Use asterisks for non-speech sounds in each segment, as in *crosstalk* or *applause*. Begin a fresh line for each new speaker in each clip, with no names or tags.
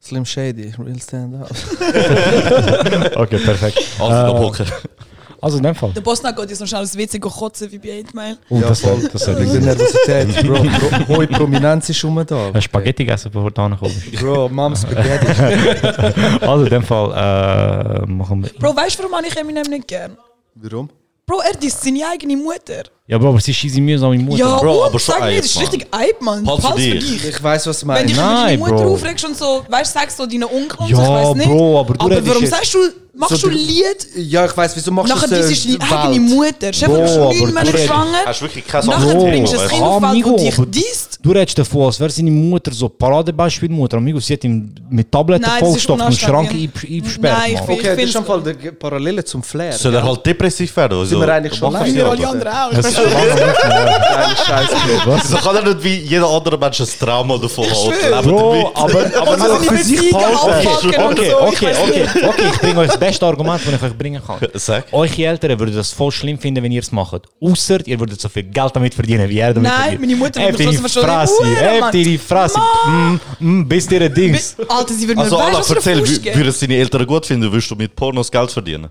Slim Shady, real *laughs* stand-up.
Okay, perfekt.
Also,
Äh,
abhocken.
Also in dem Fall.
Der Bosnag geht jetzt noch schnell ins WC kotzen wie bei Endmail.
Oh,
Ja,
das
voll.
das
Wegen der
soll
Nervosität, Bro. Pro- Hohe Prominenz ist schon da.
ich. Spaghetti gegessen, bevor du ankommst.
Bro, Mom *laughs* Spaghetti.
Also in dem Fall äh, machen wir.
Bro, weißt du, warum habe ich Eminem nicht gern?
Warum?
Bro, er ist seine eigene Mutter.
Ja, Bro, aber sie ist scheisse mühsame Mutter.
ja,
Bro,
und?
aber schon
sag mir,
Eib,
das ist richtig Eib, Mann.
Hals
Hals
für
für
dich.
dich.
Ich weiß, was du
Wenn
meinst.
dich über deine
Halt Nein,
Mutter
Bro.
aufregst und so, weißt du, sagst du deinen Onkel und so, ich
Ja,
weiß nicht.
Bro, aber du redest
warum
jetzt-
sagst du, machst
So,
du
du-
Lied?
Ja, ich weiß, wieso machst du
Nachher,
das?
das
äh,
ist deine
Welt?
eigene Mutter. Chef,
Bro,
du bist
aber
neun
du
Monate
redest-
schwanger.
Hast wirklich keine
Nachher
Bro,
bringst du ein
aber-
Kind auf die Welt,
Amigo,
das
aber-
dich disst.
Du redest davon, als wäre seine Mutter so Paradebeispielmutter. Amigo, sie hat ihn mit Tabletten
Nein, das ist
vollgestopft und Schrank
unanständig.
eingesperrt. eingesperrt,
Nein, ich
Mann.
will-
Okay, das
find's-
ist im Fall die Parallele zum Flair.
Soll er halt depressiv werden? Also,
Sind wir eigentlich schon
mach
live?
das
Wie
ja,
alle
Alter.
anderen auch.
Kleine Scheiße.
So kann er nicht wie jeder andere Mensch ein Trauma davon halten.
schwöre.
Leben
Bro,
damit.
aber, aber
Also
nur
nicht mit Siegen abfucken
Okay,
und
okay,
so, ich
okay,
weiß
okay, okay. Ich bringe euch das beste Argument, das ich euch bringen kann.
Sag.
Eure Eltern würden das voll schlimm finden, wenn ihr es macht. Außer ihr würdet so viel Geld damit verdienen, wie er damit
Nein,
verdient.
meine Mutter
Hebt
würde
ihre
trotzdem schon
Fresse,
sagen, "Hure,
hebt
Mann."
ihre Fresse. Mm, mm, bist ihr ein Dings.
Alter, sie würden mir
Also, Anna,
weißt du, was für
erzähl,
eine Fuß
wü-
geben.
würden es deine Eltern gut finden, würdest du mit Pornos Geld verdienen?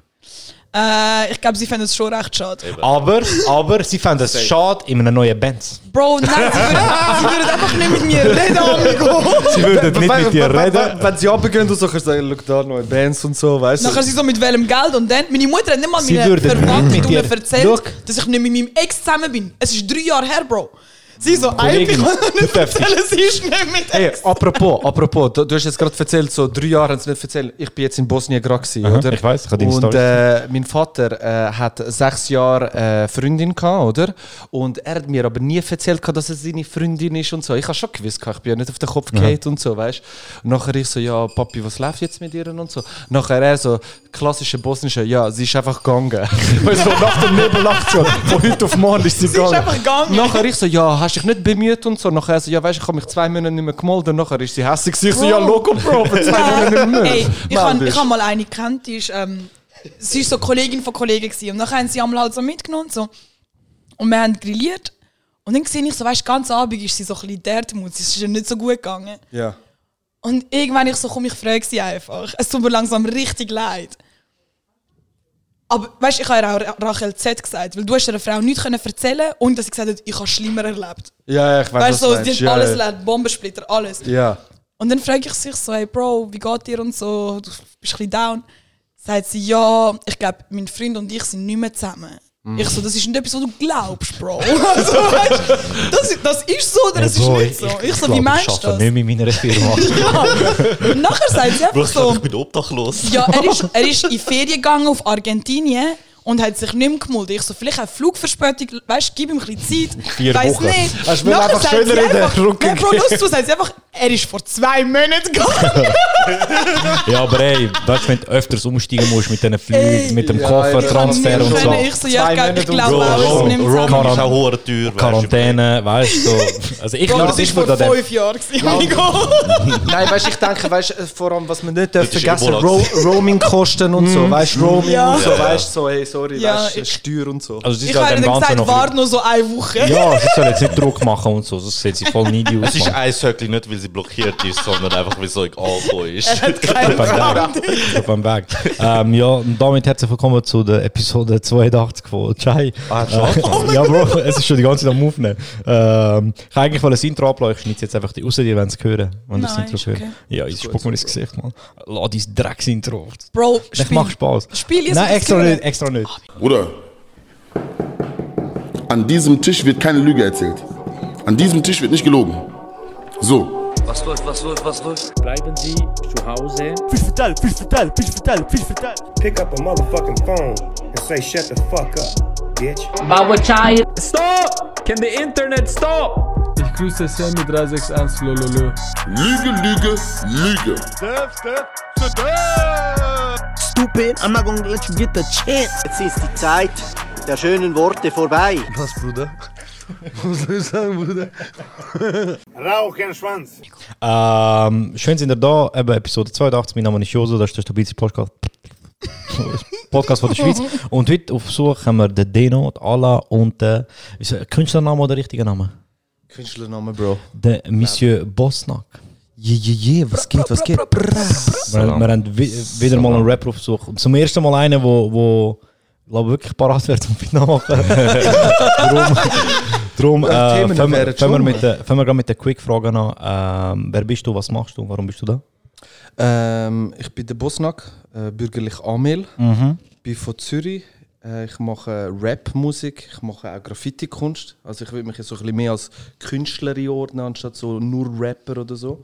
Äh, ich glaube, sie fänden es schon recht schade.
Aber, aber sie fänden es schade in einer neuen Band.
Bro, nein, sie würden,
*laughs*
sie würden einfach nicht mit mir reden, Amigo.
Sie würden nicht mit dir
Wenn- wenn-
reden.
Wenn sie runtergehen, du sagst, look da, neue Bands und so, weißt du.
Nachher sie so, mit welchem Geld? Und dann, meine Mutter hat nicht mal
Sie
meinen
würden
Verwandten
mit
und mir
dir-
erzählt,
Schau.
dass ich nicht mit meinem Ex zusammen bin. Es ist drei Jahre her, Bro. Sie so, eigentlich
Kollegin,
kann ich nicht
du darfst
erzählen, sie ist nicht mit
Hey,
Ex.
apropos, apropos, du, du hast jetzt gerade erzählt, so drei Jahre haben sie nicht erzählt. Ich bin jetzt in Bosnien gerade gewesen,
Aha,
oder?
ich weiss, ich hab deine
Und
Story
äh, mein Vater äh, hat sechs Jahre äh, Freundin gehabt, oder? Und er hat mir aber nie erzählt, gehabt, dass er seine Freundin ist und so. Ich habe schon gewusst, gehabt, ich bin ja nicht auf den Kopf gefallen und so, weißt du? Nachher ich so, ja, Papi, was läuft jetzt mit ihr und so? Nachher er so, klassische bosnische, ja, sie ist einfach gegangen. Weißt du, nach dem Nebel lacht schon. Von heute auf morgen ist sie,
Sie ist einfach gegangen.
Nachher ich so, ja, hast dich nicht bemüht und so. Nachher so, ja, weißt du, ich habe mich zwei Monate nicht mehr gemeldet. Nachher ist sie hässlich. Ich so, ja, Logo Bro, für zwei Monate nicht mehr.
Ey, ich
Mann,
habe
bist-
ich hab mal eine gekannt, die ist, ähm, sie ist so Kollegin von Kollegen gewesen. Und nachher haben sie einmal halt so mitgenommen und so. Und wir haben grilliert. Und dann sehe ich so, weißt du, ganz Abend ist sie so ein bisschen dertmut. Es ist ihr nicht so gut gegangen.
Ja.
Und irgendwann ich so, komm, ich frage sie einfach. Es tut mir langsam richtig leid. Aber weißt, ich habe ihr auch Rachel Z gesagt, weil du hast einer Frau nichts können erzählen und dass sie gesagt hat, ich habe schlimmer erlebt.
ja, ja, ich weiß,
Weißt du,
was Ah,
so, sie
meinst.
hat
ja,
alles
ja.
erlebt, Bombensplitter, alles.
ja.
Und dann frage ich sie so, hey Bro, wie geht dir und so, du bist ein bisschen down. Sagt sie, ja, ich glaube, mein Freund und ich sind nicht mehr zusammen. Ich so, das ist nicht etwas, was du glaubst, Bro. *laughs* Also, weißt, das, ist- das ist so oder das ist
Bro,
nicht so. Ich, so, wie
glaub,
meinst
Ich
du das?
arbeite nicht mit meiner Firma.
Ja. Und nachher sagt sie
Bro,
einfach
ich glaub,
so,
ich bin obdachlos.
ja, er ist, er ist in Ferien gegangen auf Argentinien und hat sich nicht mehr gemeldet. Ich so, vielleicht eine Flugverspätung, weißt du, gib ihm ein bisschen Zeit.
Vier
weiss
Wochen.
nicht.
Hast du mir
Nachher
einfach
sagt
schöner
sie
in den
einfach-
Rücken
Nein, Bro, los zu, sagt sie einfach, er ist vor zwei Monaten gegangen.
ja, aber ey, weißt du, wenn du öfters umsteigen musst mit diesen
Ey.
Flügen, mit dem
Ja,
Koffer,
ja.
Transfer und so.
Ich so, ja,
Zwei
ich glaub-
Monate
ich
und
glaube
Bro,
auch, es
Rom,
nimmt
Rom
zusammen.
ist auch hohe Tür.
Quarantäne, weißt du. so. Also ich
Bro,
glaube,
das
es
ist
ist nur
vor
da der.
fünf Jahren, gewesen, Amigo.
Nein, weißt du, ich denke, weißt du, vor allem, was man nicht dürfen
ist
vergessen,
Ebola.
Ro Roaming-Kosten und so, weißt du, Roaming
Ja.
und so,
Ja.
weißt du, so, hey, sorry,
Ja,
weißt du,
ich-
Steuer und so.
Also sie
Ich
soll
habe
dem
dann
Ganzen
gesagt,
noch.
warte noch so eine Woche. *laughs*
Ja, sie soll jetzt nicht Druck machen und so, sonst sieht sie voll needy aus.
Es ist
Mann.
Eishöckli nicht, weil sie blockiert ist, sondern einfach, weil sie so ein Alkohol ist.
Auf
*laughs*
einem Weg. Auf einem Weg. Ähm, ja, und damit herzlich willkommen zu der Episode 82 von Chai.
Ah,
Äh, *laughs* ja, Bro, es ist schon die ganze Zeit am Aufnehmen. Ähm, ich kann eigentlich wollte ein Intro ablassen, ich schneide jetzt einfach die raus, die wollen es hören. Wenn das
Nein,
Intro
ist
hören.
okay.
Ja, ich spuck mir ins Gesicht, Mann. Lass dein Drecks-Intro.
Bro,
Ich
spiel.
mach Spaß.
Spiel jetzt
Nein,
das
Nou, extra
Gehirn.
nicht, extra nicht.
Bruder, an diesem Tisch wird keine Lüge erzählt. An diesem Tisch wird nicht gelogen. So.
Was läuft, was läuft, was läuft?
bleiben Sie zu Hause.
Fish fatal, fish fatal, fish fatal, fish fatal. Pick up a motherfucking phone and say, shut the fuck up, bitch.
Stop! Can the internet stop?
Ich grüße Sammy 361 Lololo.
Lüge, Lüge, Lüge.
stupid. I'm not gonna let you get the chance. Jetzt ist die Zeit der schönen Worte vorbei.
Rauchenschwanz.
Ähm, schön sind ihr da, eben Episode 82. Mein Name ist Joso, das ist der stabilste Podcast. *laughs* Podcast von der Schweiz. Und heute auf Suche haben wir den Deno, den Ala und den ist der Künstlername oder der richtige Name?
Künstlername, Bro.
Der Monsieur Bosnak.
Je, je, je, was geht, was geht?
Wir, wir haben wi wieder mal einen Rapper aufgesucht. Und Zum ersten Mal einen, wo, wo glaub, wirklich parat wird zum Final machen.
*laughs*
drum, drum äh,
Ja, Themen
fangen
wären
wir- fangen wir
schon.
mit der- fangen wir gerade mit der Quick-Frage an. Ähm, wer bist du, was machst du, warum bist du da?
Ähm, ich bin der Bosnak, äh, bürgerlich Amel. bin von Zürich. Äh, ich mache Rap-Musik, ich mache auch Graffiti-Kunst. Also ich würde mich jetzt so ein bisschen mehr als Künstler einordnen, anstatt so nur Rapper oder so.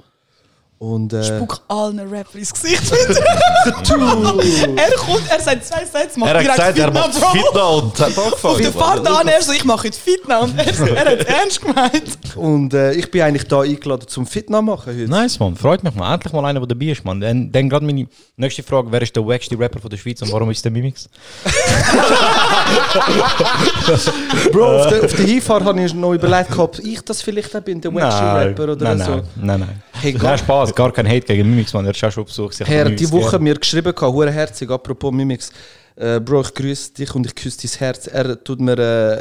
Und, äh,
Spuck allen Rapper ins
*laughs*
Gesicht. er kommt, er sagt zwei Sätze, macht
Er hat
direkt
gesagt, er
Fitna,
macht
Bro.
Fitna und hat
Auf der
angefangen.
Fahrt an, er so, ich mache jetzt Fitna. Und er, so, er
*laughs*
hat ernst gemeint.
und äh, ich bin eigentlich da eingeladen zum Fitness machen *laughs* heute.
Nice, Mann. Freut mich, mal. Endlich mal einer, der dabei ist, Mann. Dann, dann gerade meine nächste Frage. Wer ist der wackste Rapper von der Schweiz und warum ist der Mimix?
Bro, auf der, auf der Hinfahrt habe ich noch überlegt, ob ich das vielleicht auch bin, der Wackshi-Rapper oder
nein,
so.
Nein, nein, nein.
Hey,
Nein,
Gott.
Spaß. Gar kein Hate gegen Mimix, Mann. Er ist auch schon auf Besuch. sich
Herr,
von
die
Mimix
Woche
gerne.
mir geschrieben, gehabt, hure herzig, apropos Mimix. Äh, Bro, ich grüße dich und ich küsse dein Herz. Er tut mir äh,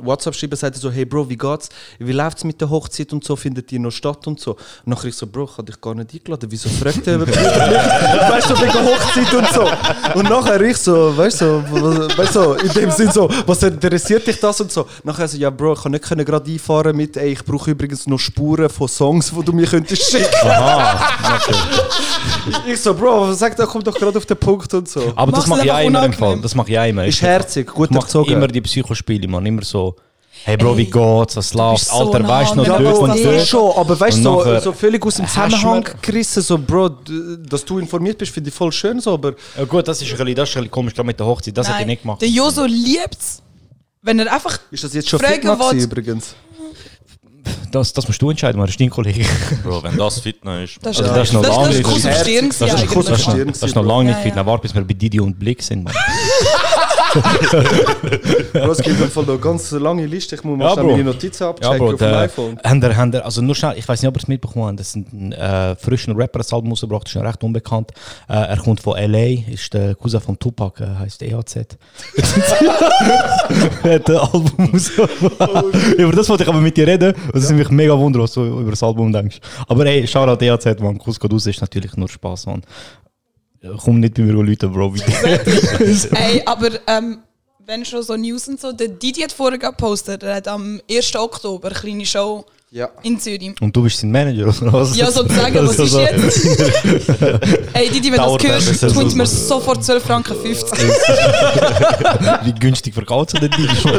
WhatsApp schreiben, sagt er so, hey Bro, wie geht's? Wie läuft's mit der Hochzeit und so? Findet die noch statt und so? Und nachher ich so, Bro, ich hab dich gar nicht eingeladen. Wieso fragt *laughs* er? weißt du, so wegen Hochzeit und so. Und nachher ich so, weißt du, so, was- weißt du, so, in dem Sinn so, was interessiert dich das und so? Nachher so, ja Bro, ich kann nicht können gerade einfahren mit, ey, ich brauche übrigens noch Spuren von Songs, die du mir könntest schicken. Ich so, Bro, sag doch, komm doch gerade auf den Punkt und so.
Aber
Mach's
das mache ich
einfach
auch immer im
unangenehm.
Fall. Das mache ich auch immer.
Ist herzig, gut
Ich mache
erzogen.
immer die Psychospiele, Mann. Immer so, hey Bro,
Ey,
wie geht's? Was läuft?
bist so
Alter,
nah
weißt du
an
noch
der
ja,
Dort
dort
Bro,
und
Person.
eh
dort?
schon, aber weißt du, also-
Und
so,
nachher-
so völlig aus dem
Hast du
Zusammenhang
mir-
gerissen, so, Bro, d- dass du informiert bist, finde ich voll schön so, aber
Ja, gut, das ist ein bisschen, das ist ein bisschen komisch, gerade mit der Hochzeit. Das hätte ich nicht gemacht.
der Joso liebt wenn er einfach
ist das jetzt schon
Fragen
Fitna
wollt-
gewesen, übrigens?
Das, das musst du entscheiden, Mann. Das ist dein Kollege.
Bro, wenn das Fitna ist.
Das
Also, das ist noch
das,
lange
das ist
nicht
kurz auf
fertig.
Stirn gewesen
Das ist,
kurz
das ist,
eigentlich.
noch-
verstehen
das ist noch lange nicht fit.
Ja,
Dann warte, bis wir bei Didi und Blick sind, Mann.
Bro, es gibt im Fall noch ganz lange Liste, ich muss mal
Ja,
schnell
Bro.
meine Notizen
Ja,
abchecken
Bro,
auf dem
der,
iPhone.
haben der, haben der, also nur schnell, ich weiß nicht, ob ihr es mitbekommen habt, das ist ein äh, frischer Rapper, das Album rausgebracht, ist noch recht unbekannt. Äh, er kommt von L.A., ist der Cousin von Tupac, äh, heißt EAZ. er *laughs* hat ein Album rausgebracht. über das wollte ich aber mit dir reden, das ist nämlich mega wunderbar, was du über das Album denkst. Aber ey, schau an EAZ, Mann, Kuss geht raus, ist natürlich nur Spaß, Mann. Komm nicht bei mir Leute, Bro, bitte.
Ey, aber ähm, wenn schon so News und so, der Didi hat vorher gepostet, er hat am 1. Oktober eine kleine Show
Ja.
in Zürich.
Und du bist sein Manager, oder was?
Ja, sozusagen,
*laughs*
was ist jetzt? *laughs* Ey, Didi, wenn du
Dauert
das
ein
hörst,
bisschen.
tun mir sofort 12 Franken 50.
Wie günstig verkaufst du den dich? Mann?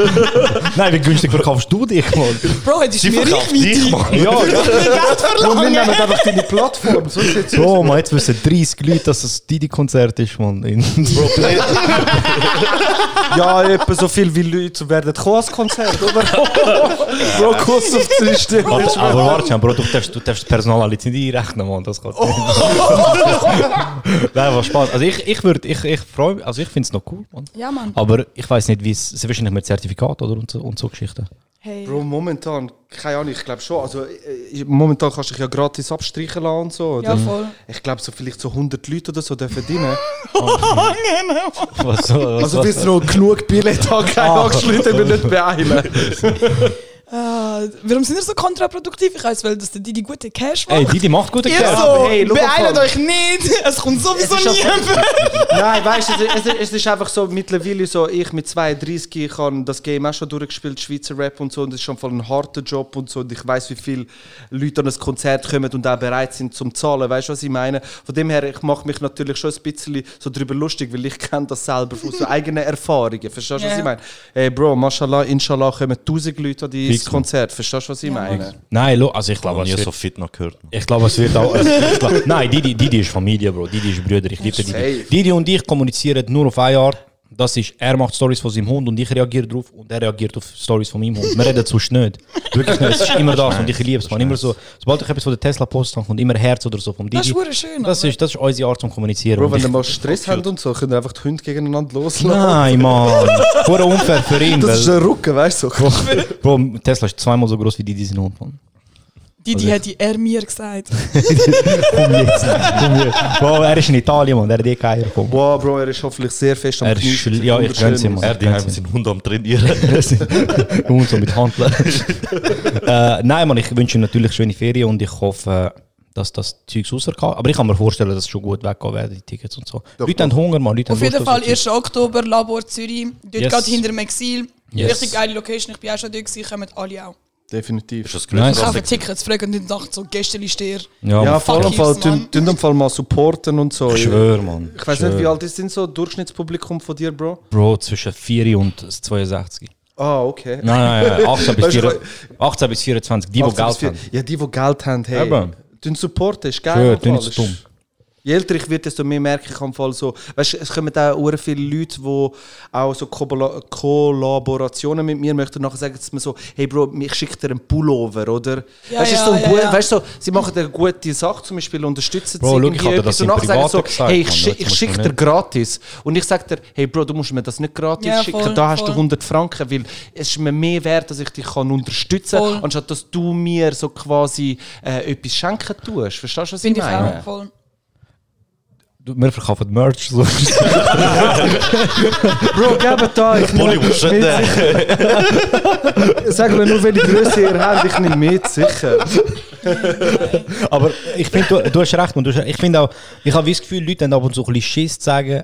*laughs* Nein, wie günstig verkaufst du dich, *laughs* Mann?
Bro, hättest du mir
verkauft dich, Mann.
Ja,
Und wir nehmen einfach deine Plattform, so sieht's aus.
Bro, man, jetzt wissen 30 Leute, dass das Didi-Konzert ist, Mann. In Bro,
Ja, etwa so viel wie Leute werden kommen als Konzert,
*laughs*
oder? Bro, Kuss auf die Liste.
warte, aber warte, schon, Bro, du darfst, du darfst das Personal alle nicht einrechnen, Mann. Das geht nicht. *laughs* Nein, war Spaß. Also ich, ich würde, ich, ich freue mich, also ich finde es noch cool, Mann.
Ja, Mann.
Aber ich weiß nicht, wie es, es ist wahrscheinlich mit Zertifikat oder und so, und so Geschichten.
Hey.
Bro, momentan, keine Ahnung, ich glaube schon. Also, äh, momentan kannst du dich ja gratis abstreichen lassen und so. Oder?
Ja, voll.
Ich glaube, so vielleicht so 100 Leute oder so dürfen
*laughs*
dienen.
Was, was,
Also, bis noch genug Billett haben, keine
Ah.
Angst, Leute, wir nicht beeilen.
Äh, warum sind wir so kontraproduktiv? Ich weiß, weil das der Didi gute Cash macht.
Ey, Didi macht gute
Ihr
Kerl.
so,
hey, schau
beeilt
mal.
euch nicht, *laughs* es kommt sowieso
Es ist ja-
niemand.
Nein, weißt du, es, es, es ist einfach so mittlerweile so, ich mit 32, ich habe das Game auch schon durchgespielt, Schweizer Rap und so, und es ist schon voll ein harter Job und so, und ich weiß, wie viele Leute an ein Konzert kommen und auch bereit sind zum Zahlen, weißt du, was ich meine? Von dem her, ich mache mich natürlich schon ein bisschen so drüber lustig, weil ich *laughs* kenne das selber von so eigenen Erfahrungen, verstehst du, was
Ja.
ich meine? Ey, Bro, mashallah, inshallah kommen 1000 Leute an dieses
Fix, Mann.
Konzert, verstehst du, was ich meine?
Nein, lo, also ich
Ich habe
glaube,
nie
es
so
wird-
Fitna gehört.
Ich glaube, es wird auch. Ich glaub, nein, Didi, Didi ist Familie, Bro. Didi ist Brüder. Ich liebe Didi.
Safe.
Didi und ich kommunizieren nur auf eine Art. Das ist, er macht Stories von seinem Hund und ich reagiere drauf und er reagiert auf Stories von meinem Hund. Wir reden sonst nicht. Wirklich nicht. Es ist immer das und ich liebe es. man. Immer so, sobald ich etwas von der Tesla post habe, kommt immer Herz oder so vom Didi.
Das ist hure schön,
Das
aber-
ist, das ist unsere Art zum Kommunizieren.
Bro,
Und
wenn
ich-
ihr mal Stress habt und so, könnt ihr einfach die Hunde gegeneinander loslassen.
Nein, Mann. Hure unfair für ihn.
Das ist
weil-
ein Rücken, weißt du? so.
Bro, Tesla ist zweimal so groß wie Didi sein Hund, Mann.
Didi hat die er
*laughs*
mir gesagt.
Bro, er ist in Italien, Mann. Er hat eh keine Eier, Mann.
Wow, Bro, er ist hoffentlich sehr fest am
Er ist
Geniessen.
schl- ja, ich
Wunderschön
gönn's ihm,
aus.
Mann.
Er die haben seinen Hund am Trainieren.
und so mit Handler. äh, nein, Mann, ich wünsche ihm natürlich schöne Ferien und ich hoffe, dass das Zeugs rausgeht. Aber ich kann mir vorstellen, dass es schon gut weggehen werden, die Tickets und so. Leute haben Hunger, man. Leute
Auf
haben
jeden
Lust auf
Fall
so
1. Oktober, Labor Zürich. Dort
Yes.
gerade hinter dem Exil.
Yes.
Richtig geile Location. Ich bin auch schon dort, gewesen, kommen alle auch.
Definitiv.
Ist das grün?
Nice.
Nice.
Kaufen Tickets, fragen nicht nach so Gästelisteher.
Zeug. Ja,
Ja,
ja
vor allem
fuck
Fall,
yous,
tun
Mann.
tun am Fall mal supporten und so.
ich schwör, Mann.
Ich weiß nicht, wie alt ist denn so Durchschnittspublikum von dir, Bro?
Bro, zwischen 4 und 62.
Ah, okay.
Nein, nein, nein, 18 bis,
Weißt du,
4, 18 bis 24, die, die
18 bis
Geld
4.
haben.
Also, Ja, die, die Geld haben, hey.
Eben.
Tun supporten, ist geil.
Schön,
am
tun nicht
Fall.
so dumm.
Je älter ich werde, desto mehr merke ich am Fall so. Weißt du, es kommen auch sehr viele Leute, die auch so Kobola- Kollaborationen mit mir möchten. Nachher sagen sie mir so: Hey Bro, ich schicke dir einen Pullover, oder?
Ja,
weißt du,
ja,
so ein
ja,
gut,
ja.
weißt du, so, sie machen eine gute Sache zum Beispiel, unterstützen
Bro,
sie
schau, ich
irgendwie
hab dir
etwas
das
und
im
nachher sagen so:
Privaten gesagt,
Hey, ich,
Mann,
schi
jetzt
ich
musst du
schicke dir
nicht.
gratis. Und ich sage dir: Hey Bro, du musst mir das nicht gratis
Ja,
schicken,
voll,
da hast du
voll.
100 Franken, weil es ist mir mehr wert, dass ich dich kann unterstützen
Voll.
kann, anstatt dass du mir so quasi äh, etwas schenken tust. Verstehst du, was
Finde
ich
ich
meine?
auch voll.
Du, Wir verkaufen
*laughs*
Merch. So.
Bro, gebt euch.
Pulli musst du nicht nehmen.
Sag mir nur, welche Größe ihr habt. Ich nehme mit, sicher.
Aber ich finde, du, du hast recht. Man, du hast, recht. ich finde auch, ich habe das Gefühl, Leute haben ab und zu ein bisschen Schiss zu sagen,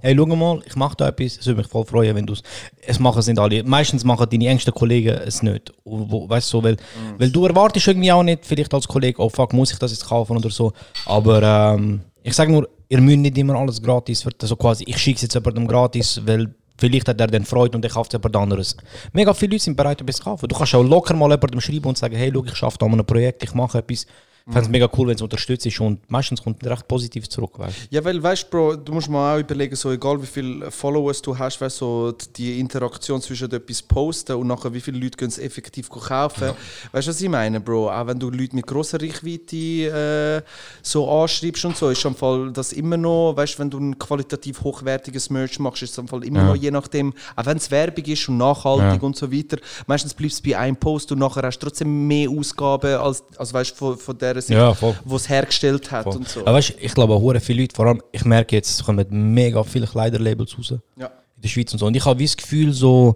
hey, schau mal, ich mache da etwas, es würde mich voll freuen, wenn du es... Es machen es nicht alle. Meistens machen deine engsten Kollegen es nicht. Und Wo, weißt du, so, weil, weil du erwartest irgendwie auch nicht, vielleicht als Kollege, oh fuck, muss ich das jetzt kaufen oder so. Aber ähm, ich sage nur, ihr müsst nicht immer alles gratis, ver- also quasi, ich schicke es jetzt jemandem gratis, weil... Vielleicht hat er dann Freude und er kauft jemand anderes. Mega viele Leute sind bereit, etwas zu kaufen. Du kannst auch locker mal jemandem schreiben und sagen, hey, schau, ich arbeite an einem Projekt, ich mache etwas. Ich fände es mega cool, wenn es unterstützt ist und meistens kommt recht positiv zurück. Weißt.
Ja, weil, weißt du, Bro, du musst mal auch überlegen, so egal wie viele Followers du hast, weißt, so die Interaktion zwischen etwas posten und nachher wie viele Leute können es effektiv kaufen. Weißt du, was ich meine, Bro? Auch wenn du Leute mit grosser Reichweite äh, so anschreibst und so, ist am Fall das immer noch, weißt du, wenn du ein qualitativ hochwertiges Merch machst, ist es am Fall immer noch je nachdem, auch wenn es Werbung ist und nachhaltig und so weiter, meistens bleibst du bei einem Post und nachher hast du trotzdem mehr Ausgaben als, als weißt du, von, von der Sicht,
Ja, voll.
wo es hergestellt hat und so.
Aber weißt, ich glaube, auch hure viele Leute, vor allem, ich merke jetzt, es kommen mega viele Kleiderlabels raus
Ja.
in der Schweiz und so. Und ich habe wie das Gefühl, so,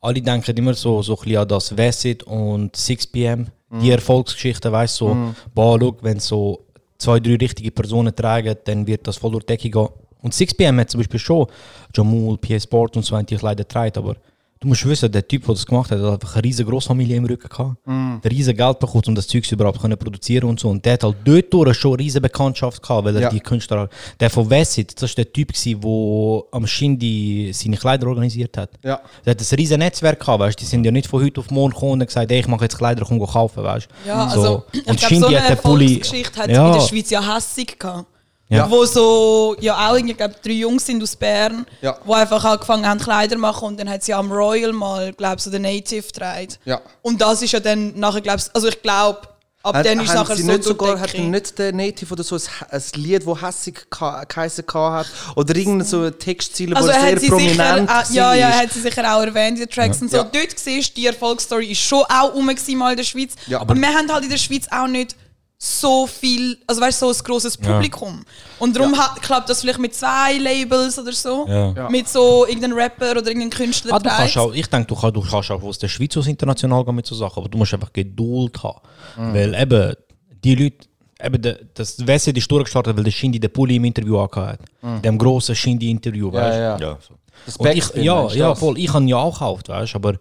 alle denken immer so, so ein bisschen an das Vesit und 6pm, die Erfolgsgeschichten, weißt du, so, boah, schau, wenn so zwei, drei richtige Personen tragen, dann wird das voll durch die Decke gehen. Und 6pm hat zum Beispiel schon Jamul, PS Sport und so haben die Kleider getragen, aber du musst wissen, der Typ, der das gemacht hat, hat einfach eine riesige Großfamilie im Rücken gehabt, der riesen Geld bekommen, um das Zeugs überhaupt können produzieren und so. Und der hat halt dort durch schon eine riesige Bekanntschaft gehabt, weil er
Ja.
die Künstler, der von Vesit, das ist der Typ gewesen, der am Schindy seine Kleider organisiert hat.
Ja.
Der hat ein riesen Netzwerk gehabt, weißt? du. die sind ja nicht von heute auf morgen gekommen und gesagt, ey, ich mache jetzt Kleider, komm go kaufen, weißt? du.
Ja,
so.
*clears throat* also ich
und
glaube, so
Schindy
eine
hat den Pulli.
Erfolgsgeschichte hat
ja.
in der Schweiz ja hässig gehabt.
Ja.
Wo so, ja auch irgendwie, glaub, drei Jungs sind aus Bern,
Ja.
die einfach angefangen haben Kleider machen und dann hat sie am Royal mal, glaube so den Native getragen.
Ja.
Und das ist ja dann nachher, glaubst also ich glaube, ab
Hat-
dann ist
haben
nachher
sie
so
nicht
durch die
sogar hat
Decke.
nicht der Native oder so ein, ein Lied, wo hässig ka- geheissen ka hat oder irgendeine so Textziele,
Also
wo
er
sehr
hat sie
prominent
sicher,
war.
äh, ja, ja, er hat sie sicher auch erwähnt, die Tracks und so.
Ja.
Dort siehst du, die Erfolgsstory ist schon auch rum gewesen mal in der Schweiz.
Ja,
aber
aber-
wir haben halt in der Schweiz auch nicht so viel, also weißt du, so ein grosses Publikum. Und darum hat, klappt das vielleicht mit zwei Labels oder so.
Ja.
Mit so irgendeinem Rapper oder irgendeinem Künstler.
Ah, du kannst
trägst.
auch, ich denke, du, kann, du kannst auch aus der Schweiz aus international gehen mit so Sachen, aber du musst einfach Geduld haben. Weil eben, die Leute, eben de, das Wesset ist durchgestartet, weil der Shindy den Pulli im Interview angehört hat. Dem grossen Shindy-Interview, weißt du?
ja, ja.
Ja, so.
Das
Und ich,
Backspin,
ja,
meinst du
ja,
das?
voll. Ich habe ihn ja auch gekauft, weißt du, aber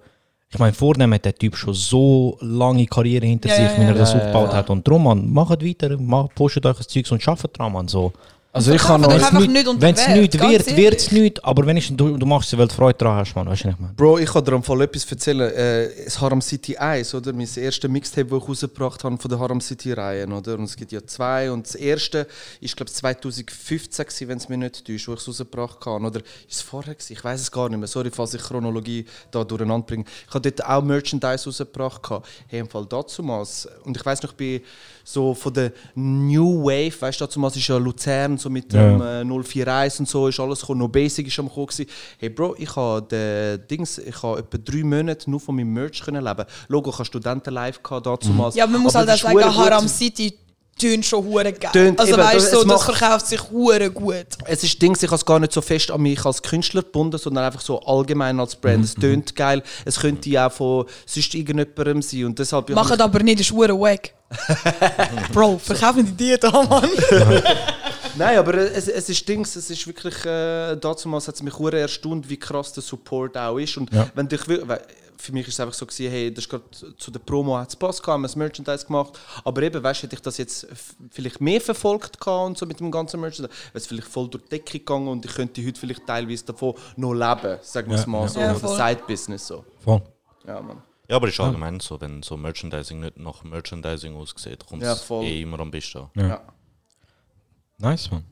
ich meine, vornehm hat der Typ schon so lange Karriere hinter
Ja,
sich,
ja,
wenn er
ja.
das aufgebaut hat. Und darum, man, macht weiter, macht, postet euch das Zeugs und arbeitet dran, man. So.
Also ich kann
Verkaufen
euch,
kann-
Wenn es
einfach nicht
nicht,
unter
wenn's
Wert,
nicht
ganz
wird, wird es
ehrlich.
nicht, aber wenigstens du, du machst es, weil du Freude dran hast, man. Weißt du nicht, man.
Bro, ich kann dir am Fall etwas erzählen. Äh, das Haram City 1, oder? Mein erstes Mixtape, das ich rausgebracht habe von der Haram City Reihe, oder? Und es gibt ja zwei. Und das erste ist, glaube ich, 2015, gewesen, wenn es mich nicht täuscht, wo ich es rausgebracht habe. Oder ist es vorher? Gewesen? Ich weiß es gar nicht mehr. Sorry, falls ich Chronologie da durcheinander bringe. Ich habe dort auch Merchandise rausgebracht. gehabt. Hey, im Fall dazumals. Und ich weiß noch, ich bin so von der New Wave, weißt du, dazumals ist ja Luzern so mit
Ja.
dem äh, 041 und so ist alles gekommen, noch Basic ist am gekommen. gewesen. Hey Bro, ich habe den Dings, ich habe etwa drei Monate nur von meinem Merch können leben. Logo, ich habe Studenten live gehabt damals.
Ja, aber man muss
Aber das ist
halt auch
verdammt
sagen,
gut
Haram
zum-
City tönt schon hure geil.
Tönt
also
eben,
weißt
es
du, so, das
macht-
verkauft sich hure gut.
Es ist Dings, ich habe es gar nicht so fest an mich als Künstler gebunden, sondern einfach so allgemein als Brand.
Mhm.
Es tönt geil, es könnte ja auch von sonst irgendjemandem sein und deshalb...
Machen aber nicht, ist hure weg. Bro, verkauf nicht die Idee da, Mann.
Nein, aber es, es ist Dings, es ist wirklich, äh, damals hat es mich sehr erstaunt, wie krass der Support auch ist. Und
Ja.
wenn dich, wir- weil für mich ist es einfach so gewesen, hey, das ist grad zu der Promo hat es Spass gehabt, haben wir das Merchandise gemacht, aber eben, weißt du, hätte ich das jetzt f- vielleicht mehr verfolgt gehabt und so mit dem ganzen Merchandise, wäre es vielleicht voll durch die Decke gegangen und ich könnte heute vielleicht teilweise davon noch leben, sagen wir es
Ja,
mal
ja.
so,
Ja,
oder
voll.
Side-Business so.
Voll.
Ja, Mann.
Ja, aber ist allgemein so, wenn so Merchandising nicht nach Merchandising aussieht, kommt
Ja,
es
voll.
eh immer am besten.
Nice, man.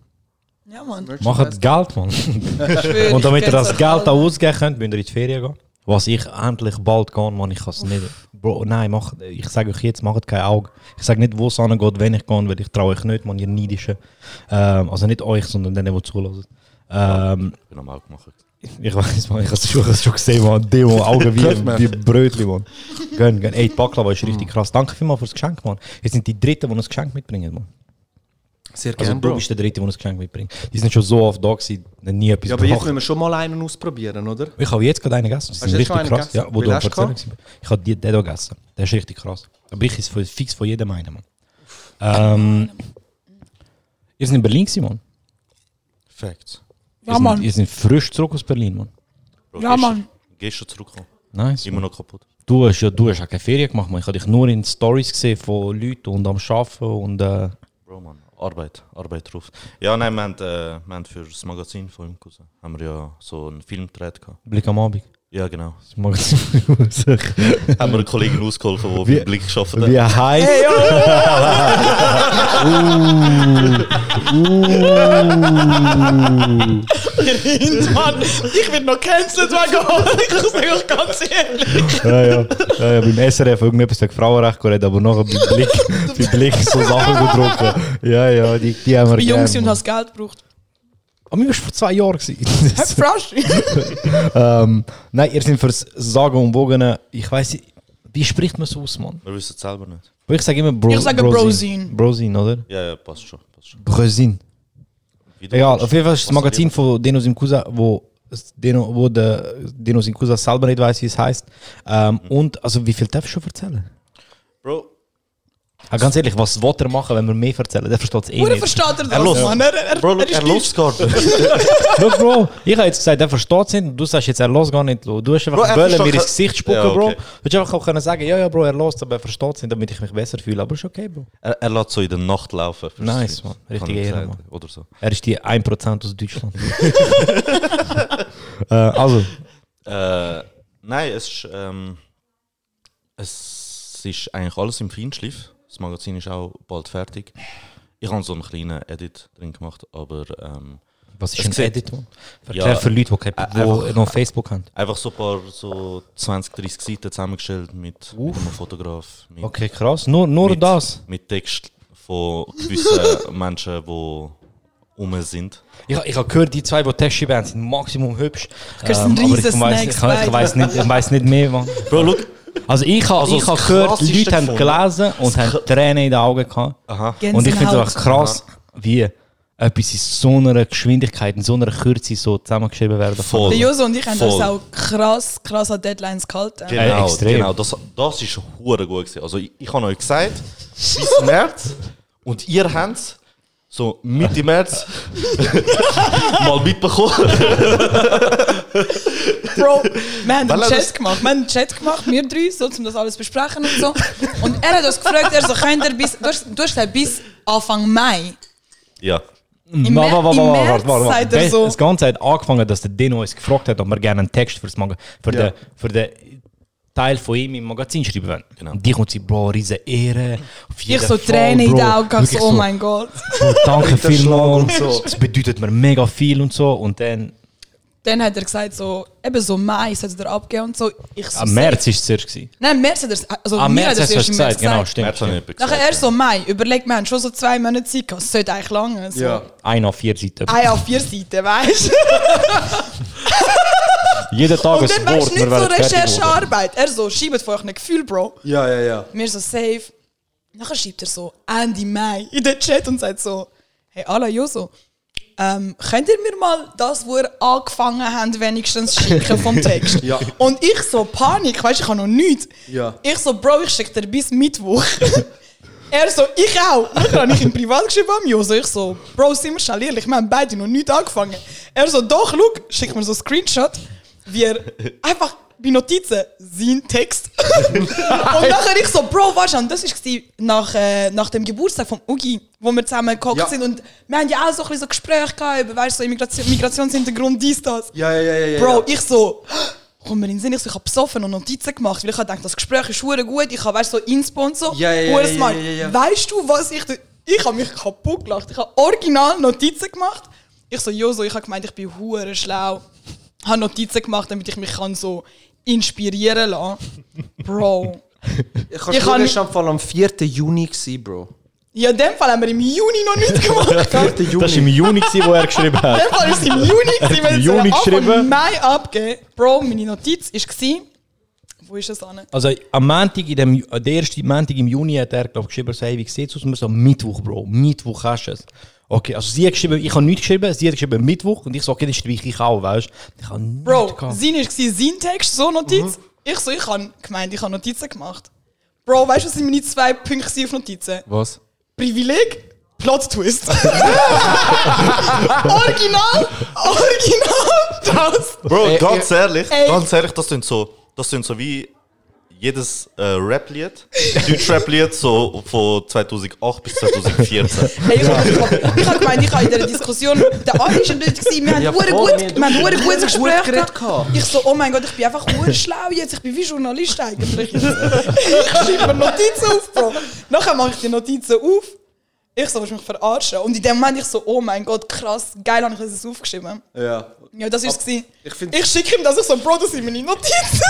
Ja, Mann.
Macht Geld, man.
Schwör,
Und damit
ich
ihr das
gönn's
Geld auch
euch allen.
ausgeben könnt, müsst ihr in die Ferien gehen. Was ich endlich bald gehe, man, ich kann es nicht. Bro, nein, mach, ich sage euch jetzt, macht kein Auge. Ich sage nicht, wo es angeht, wenn ich gehe, weil ich traue euch nicht, man, ihr Neidischen. Ähm, also nicht euch, sondern denen, die zulassen. Ähm,
Ich bin am Auge gemacht.
ich weiß, *laughs* man, ich habe es schon, schon gesehen, man. Demo, Augen wie, wie Brötli, man. Gönn, gönn. Ey, die Baklava ist richtig krass. Danke vielmals fürs Geschenk, man. Jetzt sind die Dritten, die uns Geschenk mitbringen, man.
Sehr
Also du bist der Dritte, der uns Geschenk mitbringt. Die sind schon so oft da gewesen, haben nie etwas
ja, aber jetzt
gekocht.
müssen wir schon mal einen ausprobieren, oder?
Ich habe jetzt gerade einen gegessen. Die
Hast
sind
du jetzt schon
richtig
einen
krass.
gegessen?
Ja, wo
Wie
du
hast du
erzählt hast. Ich habe die- den hier gegessen. Der ist richtig krass. Aber ich ist voll fix von jedem einen, Mann. Ähm, ihr seid in Berlin gewesen, Mann.
Facts.
Ihr
Ja,
seid-
Mann.
Ihr seid frisch zurück aus Berlin, Mann.
Bro,
Ja,
gehst du-
Mann.
*laughs* Gehst du zurückkommen?
Nice.
Immer noch kaputt.
Du hast ja du hast ja keine Ferien gemacht, Mann. Ich habe dich nur in Stories gesehen von Leuten und am Arbeiten und äh,
Bro, Mann, Arbeit, Arbeit ruft. Ja, nein, wir haben, äh, wir haben für das Magazin von meinem Cousin haben wir ja so einen Film gedreht. gehabt.
Blick am Abend.
Ja, genau.
Das mag ich nicht.
haben wir einen Kollegen ausgeholfen, der auf den Blick geschafft hat.
Wie heiß.
Mann, ich werde noch cancelled wegen Holik, ich sage euch ganz ehrlich.
ja, ja. ja, ja, beim SRF irgendetwas wegen Frauenrecht geredet, aber nachher beim Blick, *laughs* beim Blick so Sachen gedruckt. Ja, ja, die, die haben wir halt
Ich bin jung
gern,
gewesen und
Mann.
habe das Geld gebraucht.
Aber wir waren vor zwei Jahren. *laughs*
Hey,
gewesen.
Frosch.
ähm, nein, ihr seid fürs Sagen und Wogene. Ich weiß nicht, wie spricht man es aus, Mann?
Wir wissen es selber nicht.
Weil Ich sage immer Bro,
Ich sage
Brosin.
Brosin.
Brosin, oder?
Ja, ja, passt schon. Passt schon.
Brosin.
Wie du
Egal,
willst.
auf jeden Fall ist das
Was
Magazin
lieber?
von Deno Simcusa, wo, es- Deno, wo der Deno Simcusa selber nicht weiß, wie es heißt. Ähm, Und also, wie viel darf ich schon erzählen?
Bro,
Ah, ganz ehrlich, was will er machen, wenn wir mehr erzählen? Der versteht es eh
Hure
nicht.
versteht er das,
er los.
Mann. Er, er,
Bro,
er
er
ist
läuft gar nicht.
Look, Bro, ich habe jetzt gesagt, der versteht es nicht. und Du sagst jetzt, er lässt gar nicht. Lo. Du hast
Bro,
einfach
er
Böllen mir
versteht
ins
kein-
Gesicht spucken,
Ja,
Bro.
okay.
Du hättest einfach auch können sagen, ja, ja, Bro, er lässt, aber er versteht es nicht, damit ich mich besser fühle. Aber ist okay, Bro.
Er, er lässt so in der Nacht laufen. fürs
Nice,
Stream.
Mann. Richtig
Kann ich
Ehre,
sagen.
Mann.
Oder so.
Er ist die 1% aus
*laughs*
Deutschland. äh, also,
Äh, nein, es ist, ähm, es ist eigentlich alles im Feinschliff. Das Magazin ist auch bald fertig. Ich habe so einen kleinen Edit drin gemacht, aber ähm,
was ist
Es
ein
sieht-
Edit? Mann?
Ja.
Erklär für Leute, die, kein, die
einfach-
noch Facebook haben.
einfach so ein paar so 20, 30 Seiten zusammengestellt mit, mit einem Fotograf. Mit,
Okay, krass. Nur, nur
mit,
das.
Mit Text von *laughs* gewissen Menschen, die um sind.
Ich, ich habe gehört, die zwei, die Tashi Band sind maximum hübsch. Eh,
Das ist ein
aber ich
riesen
weiß
Snacks,
ich weiss- ich weiss nicht, ich weiss nicht mehr, Mann.
Bro, look.
Also ich habe
Also
ich
das
hab gehört,
Krasseste
Leute haben
davon-
gelesen und haben Tränen in den Augen gehabt. Und ich finde es einfach krass, wie etwas in so einer Geschwindigkeit, in so einer Kürze so zusammengeschrieben werden kann.
Voll.
Der Joso und ich haben uns
Voll.
auch krass, krass an Deadlines gehalten.
Äh,
Genau,
extrem.
genau. Das, das ist hure gut gewesen. Also ich, ich habe euch gesagt, bis März und ihr habt so Mitte März *laughs* mal mitbekommen.
Bro, wir haben
Weil
einen
er
Chat
das-
gemacht. Wir haben einen Chat gemacht, wir drei, so, um das alles besprechen und so. Und er hat uns gefragt, er so, könnt ihr bis, du hast, du hast gesagt, bis Anfang Mai.
Ja.
Im
Warte,
Mer-
warte,
im
warte,
März
warte, warte, warte.
sagt er so-
Das Ganze hat angefangen, dass der Dino uns gefragt hat, ob wir gerne einen Text fürs Maga für, den, für den Teil von ihm im Magazin schreiben wollen.
Genau.
Und die kommt sie, Bro, riesen Ehre. auf
Ich
jeden Fall,
so Tränen in den
Bro.
Augen, gehabt, so,
Wirklich
oh mein Gott.
Bro, danke
Ritterschlag und
vielmals.
so.
Das bedeutet mir mega viel und so. Und dann,
Dann hat er gesagt, so, eben so Mai sollte er abgeben und so. Ich so,
am März war es zuerst. gewesen.
Nein, im März hat er es, also
Am
mir
März
hat er
hast
es
du
erst
es
im März
gesagt, genau,
gesagt.
stimmt.
März habe ich
stimmt.
nicht gesagt.
Nachher erst so Mai, überlegt, wir haben schon so zwei Monate Zeit gehabt, es sollte eigentlich lange. So.
Ja.
Ein auf vier Seiten.
Eine auf vier Seiten, weißt du?
Jeden Tag
Und
ein
dann weißt
Wort,
du nicht
wir
so
werden fertig geworden.
Recherchearbeit. Er so, schiebt von euch ein Gefühl, Bro.
Ja, ja, ja.
Wir so safe. Nachher schreibt er so Ende Mai in den Chat und sagt so, hey Ala Joso, ähm, könnt ihr mir mal das, wo ihr angefangen habt, wenigstens schicken
*laughs*
vom Text?
Ja.
Und ich so Panik, weißt du, ich habe noch nichts.
Ja.
Ich so, Bro, ich schicke dir
*laughs*
bis Mittwoch. er so, ich auch. Dann habe ich ihm privat geschrieben am Joso. Ich so, Bro, sind wir schnell ehrlich, wir haben beide noch nichts angefangen. Er so, doch, schau, schick mir so einen Screenshot, wie er einfach bei Notizen seinen Text. *laughs* Und nachher ich so, Bro, weißt du, und das war nach, äh, nach dem Geburtstag von Ugi, wo wir zusammen gekocht
Ja.
sind. Und wir haben ja auch so ein bisschen so Gespräche gehabt über, weißt du, so Immigration, Migrationshintergrund, dies, das.
Ja, ja, ja, ja. ja,
Bro,
ja.
ich so, *gasps* komm mir in den Sinn, ich, so, ich habe besoffen und Notizen gemacht, weil ich dachte, das Gespräch ist hure gut, ich habe, weißt du, so Inspo und so.
Ja, ja, ja,
Hure
ja,
smart.
ja, ja, ja.
Weißt du, was ich. da- Ich habe mich kaputt gelacht. Ich habe original Notizen gemacht. Ich so, Joso, ich habe gemeint, ich bin hure schlau. Habe Notizen gemacht, damit ich mich kann so inspirieren lassen. Bro.
Ich
ich
war
kann-
am Fall am 4. Juni, gewesen, Bro.
Ja, in dem Fall haben wir im Juni
*laughs*
noch nichts gemacht. gell?
4.
Das war im
Juni.
Juni, gewesen, wo er geschrieben
In *laughs*
hat.
dem Fall war es im
*laughs*
Juni, gewesen, weil es
Juni
Juni Anfang
geschrieben.
Mai abgegeben. Bro, meine Notiz war, wo ist es an?
Also am Montag, in dem, äh, der erste Montag im Juni hat er glaub, geschrieben, so, hey, wie sieht's aus? Und wir so, Mittwoch, Bro, Mittwoch hast du es. Okay, also sie hat geschrieben, ich habe nichts geschrieben, sie hat geschrieben Mittwoch und ich so, okay, dann streiche ich auch, weißt du. Ich habe nichts
Bro,
gehabt.
sein war sein Text, so Notiz.
Mhm.
Ich so, ich habe gemeint, ich habe Notizen gemacht. Bro, weißt du, was sind meine zwei Punkte sind auf Notizen?
Was?
Privileg, Plot
*laughs*
Twist. original, original, das.
Bro, ganz ehrlich,
Ey.
ganz ehrlich, das sind so, das sind so wie jedes äh, Rap-Lied, *laughs* Deutsch-Rap-Lied so von 2008 bis
*laughs*
2014.
Hey, ich hab- ich habe gemeint, ich habe in dieser Diskussion, der Adi war nicht, gewesen, wir haben
Ja,
hure
voll,
gut,
wir haben
wir haben hure gutes
gut
Gespräch
geredet
gehabt.
gehabt.
Ich so, oh mein Gott, ich bin einfach hure schlau jetzt, ich bin wie Journalist
*laughs*
eigentlich. ich schreibe mir Notizen auf, Bro. Nachher mache ich die Notizen auf. Ich so, willst du mich verarschen? Und in dem Moment ich so, oh mein Gott, krass, geil, habe ich das jetzt aufgeschrieben.
Ja.
Ja, das war es.
ich find-
Ich schicke ihm das, ich so, Bro, das sind meine Notizen.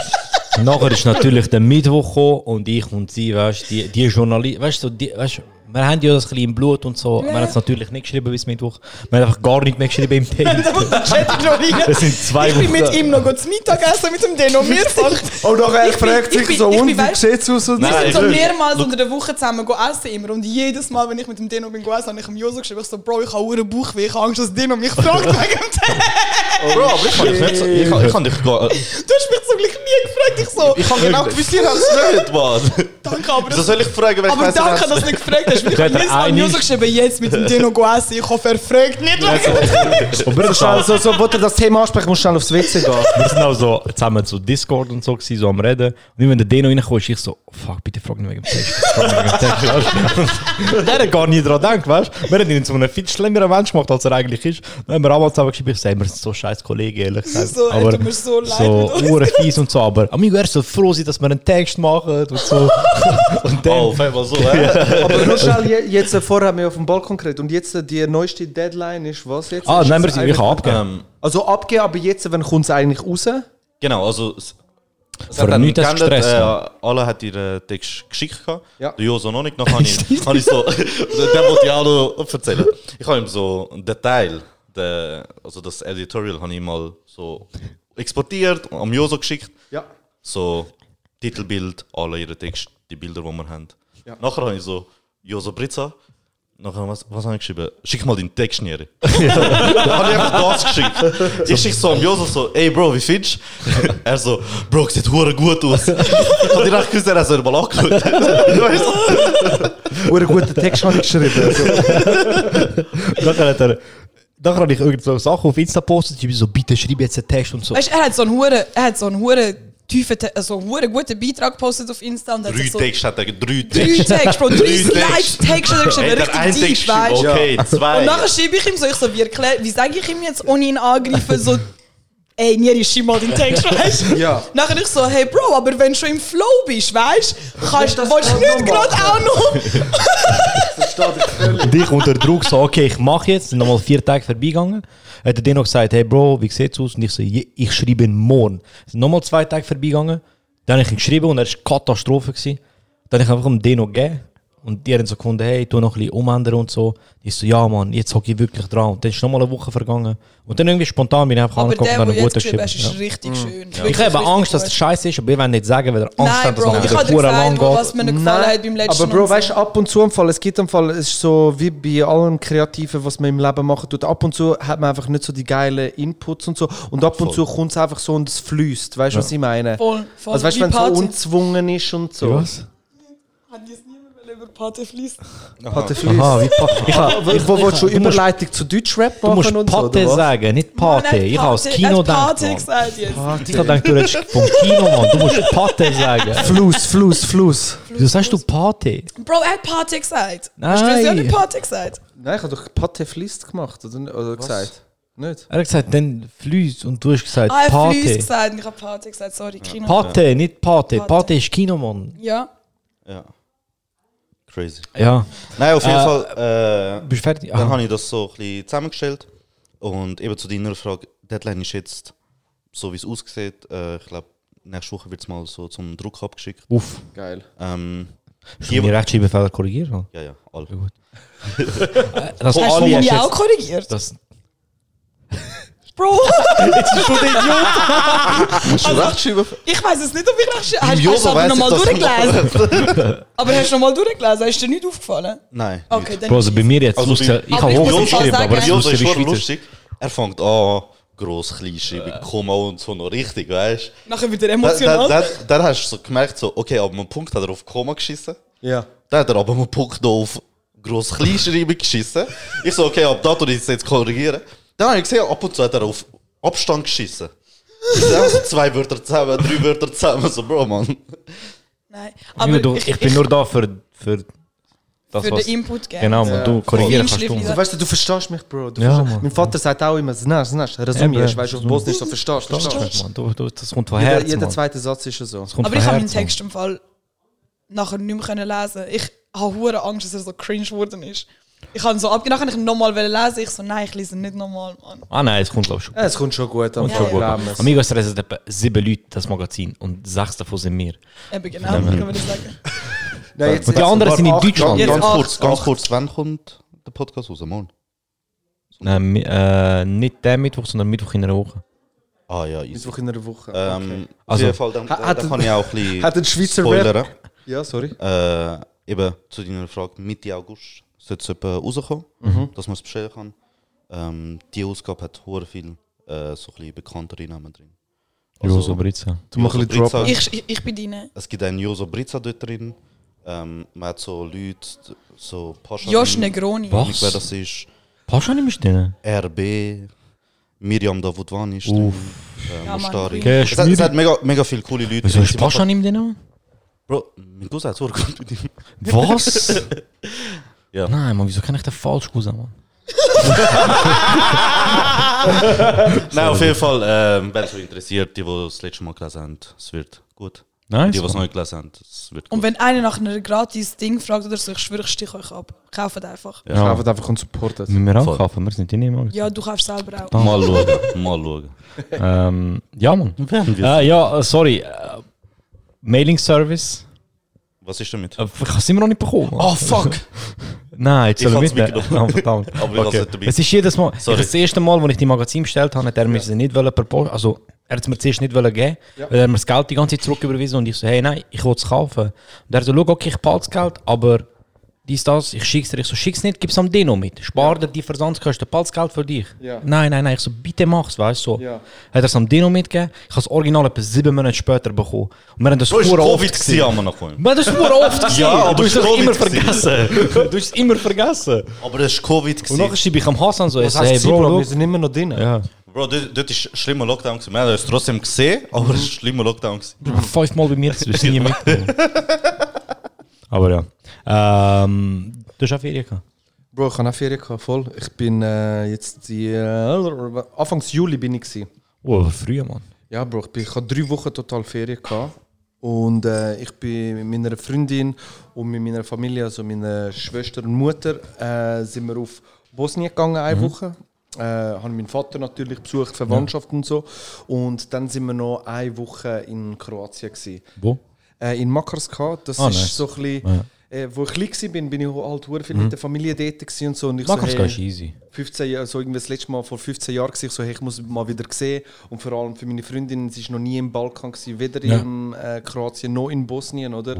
*laughs*
Nachher ist natürlich der Mittwoch gekommen und ich und sie, weißt du, die, die Journalisten, weißt du, so, die, weißt, du, wir haben ja das ein bisschen im Blut und so. Wir haben es natürlich nicht geschrieben bis Mittwoch. Wir haben einfach gar nicht mehr geschrieben im Text.
*laughs* Da muss der Chat ignorieren.
Das sind zwei
Ich bin
Wochen.
mit ihm noch gut zu Mittagessen mit dem Deno mehrfach.
Und nachher
Ich bin-
fragt
ich
sich
bin-
so,
ich bin
und wie
weiss-
sieht's aus? Und
Wir
Nein,
sind so
look,
mehrmals unter der Woche zusammen go essen immer. Und jedes Mal, wenn ich mit dem Dino bin go essen, habe ich ihm Joso geschrieben. Ich so, Bro, ich habe einen Bauch, weil ich habe Angst, dass Dino mich fragt wegen dem Test.
Bro, aber ich kann dich nicht so, ich kann, ich kann dich gar,
Du hast mich zum Glück nie gefragt. Ich so,
ich kann genau gewiss, ihr habt es nicht, Mann.
danke, aber
Wieso
das...
soll ich fragen, wenn ich
Aber
weiss, ihr
danke,
habt's-
dass du nicht gefragt hast. Ich
Da hat
habe
er
jedes Mal
eine-
Joso geschrieben, jetzt mit dem Dino go essen. Ich hoffe, er fragt nicht wegen dem
Und wir sind auch-
Also, so, wo du das Thema ansprechen, musst du schnell aufs WC gehen.
*laughs* wir sind auch so zusammen zu Discord und so, gewesen, so am Reden. Und wenn der Deno reinkommt, ist ich so, fuck, bitte frag nicht wegen dem Text. bitte Frag nicht wegen dem Text weißt? *laughs* der hat gar nie dran gedacht, weißt du? Wir haben ihn zu einem viel schlimmeren Mensch gemacht, als er eigentlich ist. Dann haben wir auch zusammen geschrieben, ich sage, wir sind so scheiß Kollegen, ehrlich gesagt.
So, ey, tut mir so leid
So,
mit uns.
hure fies und so, aber amigo, er soll froh sein, dass wir einen Text machen und so. *laughs* und dann,
Oh, auf einmal so, hä?
Aber nur schnell, je-
*laughs*
jetzt äh, vorher haben wir auf dem Balkon geredet und jetzt äh, die neueste Deadline ist was jetzt?
ah,
Ist
nein,
es
wir sind,
eigentlich-
ich habe abgegeben.
Ähm,
Also abgehen, aber jetzt, wenn kommt es eigentlich raus?
Genau, also. es- es
Für
hat dann
nichts als
geändert,
Stress,
Äh,
ja.
alle hat ihren Text geschickt. Gehabt.
Ja.
Der Joso noch nicht. Dann
*laughs*
habe ich, hab ich so. *laughs* den wollte ich auch noch erzählen. Ich habe ihm so den Teil, den, also das Editorial, habe ich mal so exportiert, am Joso geschickt.
Ja.
So Titelbild, alle ihre Texte, die Bilder, die wir haben. Nachher habe ich so Joso Britza. Nachher, was, was habe ich geschrieben? Schick mal den Text
*laughs*
näher. *laughs* Dann habe ich einfach das geschickt. Ich schicke so am Josef so, ey Bro, wie findest du? Er so, Bro, sieht hure gut aus. *laughs* Ich habe direkt gewusst, er hat so mal angeschaut. *laughs* Weißt du?
Oder einen guten Text habe ich geschrieben.
*laughs*
Also,
Nachher hat er, nachher habe ich irgend so Sachen auf Insta gepostet, ich so, bitte schreib jetzt einen Text und so.
Weißt du, er hat so einen hure, er hat so einen hure tiefen, Te- also einen hure guten Beitrag gepostet auf Insta und hat
Drei
sich so
Texte hat er, drei
drei
Texte.
Texte, Bro, drei
Texte.
Slide-Texte, hat er
Ey,
geschrieben,
der einen
richtig
Text
deep, weißt du.
geschrieben, okay,
Und nachher
zwei.
schreibe ich ihm so, ich so, wie, erklär, wie sage ich ihm jetzt, ohne ihn angreifen, so, ey, Niri, schreib mal den Text,
*laughs*
weißt du?
Ja.
Nachher ich so, hey Bro, aber wenn du schon im Flow bist, weißt du, kannst du,
das
willst du
auch
nicht
noch
gerade auch noch.
dich unter Druck so, okay, ich mache jetzt. Sind nochmal vier Tage vorbeigegangen. Hat er dir noch gesagt, hey Bro, wie sieht's aus? Und ich so, "Je- ich schreibe ihn morgen. Sind nochmal zwei Tage vorbeigegangen. Dann habe ich ihn geschrieben und er war Katastrophe. Gewesen. Dann habe ich einfach dem Deno gegeben. Und die haben so gefunden, hey, tu noch ein bisschen umändern und so. Ich so, ja Mann, jetzt hocke ich wirklich dran. Und dann ist nochmal eine Woche vergangen. Und dann irgendwie spontan bin ich einfach
Aber
angeguckt und
der,
dann
der
einen
jetzt
guten
geschrieben hast,
geschrieben.
ist richtig schön.
Ich habe Angst, dass es scheiße ist, aber ich will nicht sagen, weil er Angst
Nein,
hat, dass
Bro,
es
ich
wieder
habe dir
lang
gesagt,
geht.
was mir nicht gefallen hat beim letzten
aber Bro,
und so.
weißt du, ab und zu im Fall, es gibt im Fall, es ist so wie bei allem Kreativen, was man im Leben machen tut, ab und zu hat man einfach nicht so die geilen Inputs und so und ab und zu kommt es einfach so und es fließt, weißt du, was ich meine?
Voll, voll.
Also weißt du,
Wie
wenn es so
Party.
unzwungen ist und so.
Was?
Hat jetzt niemand mehr über Pate fließt?
Pate
Aha,
fließt.
wie Pate. Ich hab-
Ich wo willst du
du musst-
Überleitung zu Deutschrap
Du
machen
musst
und
Pate
so? oder was?
sagen, nicht Pate. Ich habe das Kino gedacht.
Pate
Mann.
gesagt jetzt.
Ich habe gedacht, du redest vom Kino, Mann. Du musst Pate
*laughs*
sagen.
Fluss, Fluss, Fluss.
Wieso sagst du Pate?
Bro, er hat Pate gesagt.
Nein.
Hast du das ja nicht Pate gesagt?
Nein, ich habe doch Pate fließt gemacht oder, oder gesagt. Nicht?
Er hat gesagt, dann fließt und du hast gesagt
Ah, er hat Flüss
Pate.
gesagt. Ich habe Pate gesagt, sorry. Kino.
Pate, nicht Pate.
Pate.
Pate ist Kino, Mann.
Ja.
Ja. Crazy.
Ja.
Nein, auf jeden Fall. Äh,
Bist du fertig?
Dann
Ah.
habe ich das so ein bisschen zusammengestellt. Und eben zu deiner Frage, Deadline ist jetzt, so wie es aussieht, äh, ich glaube, nächste Woche wird es mal so zum Druck abgeschickt.
Uff.
Geil.
Ähm,
Hast du meine Rechtschreibfehler korrigiert? Mann?
ja, ja, alle.
Das
Hast du
alle hast
mich auch
jetzt-
korrigiert?
das,
Bro, *laughs*
Hast du Rechtschreiben?
ich weiß es nicht, ob ich recht Hast
Im
du es
Joso
aber
weiss
nochmal
ich das
durchgelesen? aber hast du nochmal durchgelesen? Ist dir nicht aufgefallen?
*laughs* Nein.
Okay, dann.
Bro, also bei mir jetzt.
Also
Also,
bei-
ich
Aber
habe
ich muss
hoch
auch
geschrieben,
sagen-
aber es
Ja,
muss
das ist
wie
schon
Schweizer.
lustig. Er fängt an, gross, klein, schreiben, Komma und so noch richtig, weißt du?
Nachher wieder
Dann, dann,
emotional.
dann, dann hast du so gemerkt, so, okay, ab einem Punkt hat er auf Komma geschissen.
Ja.
Dann hat er ab einem Punkt noch auf gross, klein, schreiben geschissen. Ich so, okay, ab da tu ich es jetzt korrigieren. Dann habe ich gesehen, ab und zu hat er auf Abstand geschissen. Ich so, so zwei Wörter zusammen, drei Wörter zusammen, so, Bro, Mann.
Nein,
Junge, du-
aber
Ich bin nur da für, für das,
für den
was...
Input geben.
Genau, Mann, du korrigierst kannst du.
Schlimm,
Mann.
ja.
Weißt du, du verstehst mich, Bro. Du
Ja,
verstehst-
Mann.
Mein Vater sagt auch immer, znaš, znaš, resumierst,
Eben.
weißt du, auf Bosnisch so, verstehst, verstehst.
Mann, du, du, das kommt von
Jeder,
Herzen,
jeder
Mann.
zweite Satz ist ja so.
Das kommt
Aber
von
ich habe meinen
Herzen, Mann.
Text im Fall nachher nicht mehr können lesen. Ich habe hure Angst, dass er so cringe geworden ist. Ich habe ihn so abgenommen, ich ihn nochmal lesen. Ich so, nein, ich lese ihn nicht nochmal, Mann.
Ah nein, es kommt glaube ich schon.
Ja, es kommt schon gut an.
Kommt schon
ich
gut.
glaube es.
Amigos reisen etwa sieben Leute das Magazin und sechs davon sind wir.
Eben genau, kann man das sagen.
Nein, jetzt-
Und die
jetzt-
anderen sind in
Acht-
Deutschland.
Jetzt
Ganz
acht,
kurz, ganz
acht.
kurz, wann kommt der Podcast raus? Morgen?
Nein, mi- äh, nicht der Mittwoch, sondern Mittwoch in einer Woche.
Ah ja, easy.
Mittwoch in einer Woche.
Ähm, Auf
Also-
jeden Fall, dann,
Hat-
dann,
hat
dann
ein-
kann ich auch ein bisschen
hat ein Schweizer Rap-
spoilern.
okay. Ja, sorry.
Äh, eben zu deiner Frage, Mitte August sollte es etwa rauskommen,
Mhm.
dass man es bestellen kann. Ähm, die Ausgabe hat sehr viel äh, so ein bisschen bekanntere Namen drin. Also
Joso Britza.
Du machst ein bisschen Drop.
Ich, ich, ich bin deine.
Es gibt einen Joso Britza dort drin. Ähm, man hat so Leute, so Pascha.
Josh Negroni.
Was?
Ich weiß, wer das ist.
Passt schon nicht mehr stehen.
RB. Miriam Davutvan ist drin. Äh,
Ja, Mann,
Mustari.
Queen.
es, hat, es hat mega, mega viele coole Leute.
Wieso
drin.
ist
Sie
Passt schon
machen-
nicht mehr drin?
Bro, mein Cousin hat es gut mit ihm.
*laughs* Was?
Ja.
Nein, Mann, wieso kann ich den falsch Cousin, Mann?
Nein, auf jeden Fall, ähm, wenn es euch interessiert, die, die das letzte Mal gelesen haben, es wird gut.
Nein,
die, die
so.
es neu gelesen haben, es wird gut.
Und wenn einer nach einem gratis Ding fragt oder so, ich schwöre, ich stich euch ab. Kauft einfach.
Ich kaufe einfach und supportet.
Müssen wir
Voll.
auch kaufen, wir sind die nicht im Magazin.
Ja, du kaufst selber auch.
mal schauen, mal schauen.
Ähm, ja, Mann.
Ja.
Äh, ja, äh, sorry. Äh, Mailing Service.
Was ist damit?
Äh, Ich habe es immer noch nicht bekommen. Mann.
Oh, fuck!
*laughs* Nein, jetzt
Ich
soll er
hab's
mitnehmen. *laughs*
mitgenommen.
Oh,
*laughs*
verdammt.
Aber ich hab's
okay.
nicht dabei.
Es ist jedes Mal. Ich,
Sorry.
das erste Mal, als ich die Magazin bestellt habe, hat er mir sie nicht wollen per Post. Also, er hat es mir zuerst nicht wollen geben, weil er mir das Geld Eh, die ganze Zeit zurücküberwiesen und ich so, hey, nein, ich will es kaufen. Und er so, schau, okay, ich behalte das Geld, aber dies, das, ich schick's dir. Ich so, schick's nicht, gib's am Dino mit. Spar dir Dus die Versandskosten, behalte das Geld für dich.
Ja.
Nein, nein, nein, ich so, bitte mach's, weißt du. So.
Ja.
Hat er es am Dino mitgegeben, ich habe das Original etwa sieben Monate später bekommen. Und wir haben das
Du hast
verdammt oft
Covid gesehen, haben wir noch gesehen.
Man, das ist nur oft gesehen.
Ja, aber
du hast
es ist
es immer
Covid gewesen.
vergessen. Du hast es immer vergessen.
Aber das ist Covid.
Und nachher
Gewesen.
schreibe ich am Hassan so,
Was
ich so,
heißt
hey,
sie, Bro?
Bro,
Wir sind immer noch drin.
ja.
Bro, dort, dort ist ein schlimmer Lockdown. Gewesen. Wir haben es trotzdem gesehen, aber es ist ein schlimmer Lockdown. Gewesen.
fünfmal bei mir, das wirst du nie mitbekommen. Aber ja. Ähm, du hast auch Ferien gehabt.
Bro, ich habe auch Ferien gehabt, voll. Ich bin äh, jetzt die... Äh, Anfangs Juli bin ich gewesen.
Oh, aber früher, Mann.
Ja, Bro, ich, bin, ich hatte drei Wochen total Ferien. Gehabt. Und äh, ich bin mit meiner Freundin und mit meiner Familie, also meiner Schwester und Mutter, äh, sind wir auf Bosnien gegangen,
Mhm.
eine Woche. Äh, habe meinen Vater natürlich besucht, Verwandtschaft und so. Und dann sind wir noch eine Woche in Kroatien. Gewesen
Wo?
äh, in Makarska. Das
Ah,
ist
nice.
so ein bisschen,
Ja. Mhm.
äh, wo ich klein war, bin, bin ich halt hure viel mit der Familie dort gewesen und so. Und ich so,
Markus,
hey,
das ist easy.
15 Jahre, so irgendwie das letzte Mal vor 15 Jahren gewesen, ich so, hey, ich muss mal wieder sehen. Und vor allem für meine Freundin, sie war noch nie im Balkan, gewesen, weder
Ja.
in äh, Kroatien noch in Bosnien, oder?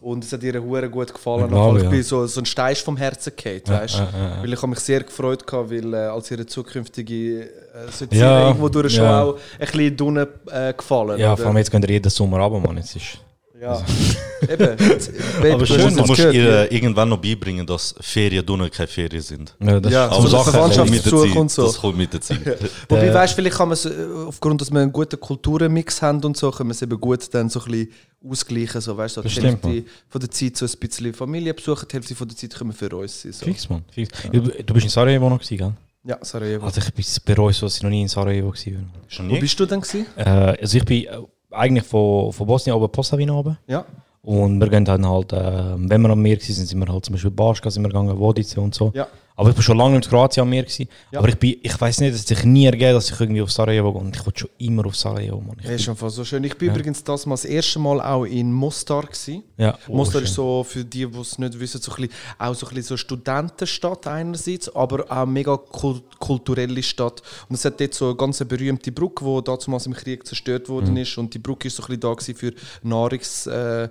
Und es hat ihr hure gut
Ich
gefallen.
glaube,
Ich, ich
ja.
bin so, so ein Stein vom Herzen gefallen, weißt du?
ja, ja.
Weil ich habe mich sehr gefreut hatte, weil äh, als ihre zukünftige äh, so
Ja,
irgendwo durch schon
ja.
auch ein bisschen dunne äh, gefallen.
Ja,
oder?
vor allem jetzt könnt ihr jeden Sommer runter, Mann. Jetzt ist
Ja.
*laughs*
Eben. Jetzt- Babe,
Aber
du
schön,
hast es
Du musst
gehört, ja.
ihr irgendwann noch beibringen, dass Ferien drinnen keine Ferien sind.
ja, das
Ja,
ist-
Aber
das
Sachen-
kommt mit der
Verwandtschaftsbesuch
Zeit.
und so.
Das kommt mit der Zeit.
Wobei,
Ja.
weißt du, vielleicht kann man es, äh, aufgrund, dass wir einen guten Kulturenmix haben und so, können wir es eben gut dann so ein bisschen ausgleichen. So, weißt du, so die
Bestimmt,
Hälfte von der Zeit so ein bisschen Familie besuchen, die Hälfte von der Zeit können wir für uns sein. So.
Fix, Mann. Fix. Du du bist in Sarajevo noch, gewesen, gell?
Ja, Sarajevo.
Also ich bin bereue es, dass ich noch nie in Sarajevo gewesen bin.
Schon
Wo
nie?
bist du denn? Gewesen?
Äh, also ich bin äh, eigentlich von, von Bosnien aber Posavina runter.
Ja.
Und wir gehen dann halt, äh, wenn wir am Meer waren, sind wir halt zum Beispiel Baschka, sind wir gegangen, Vodice und so.
Ja.
Aber ich war schon lange in Kroatien am Meer. Gewesen.
Ja.
Aber ich, bin, ich weiß nicht, es hat sich nie ergeben, dass ich irgendwie auf Sarajevo gehe. Und ich wollte schon immer auf Sarajevo, Mann. Ich,
Ja, ist schon voll so schön. Ich bin übrigens das mal das erste Mal auch in Mostar. Gewesen.
ja,
Mostar
oh,
ist
schön.
so, für die, die es nicht wissen, so ein bisschen, auch so ein bisschen so Studentenstadt einerseits, aber auch mega kul kulturelle Stadt. Und es hat dort so eine ganz berühmte Brücke, die damals im Krieg zerstört worden ist. Und die Brücke war so ein bisschen da gewesen für Nahrungs... Äh,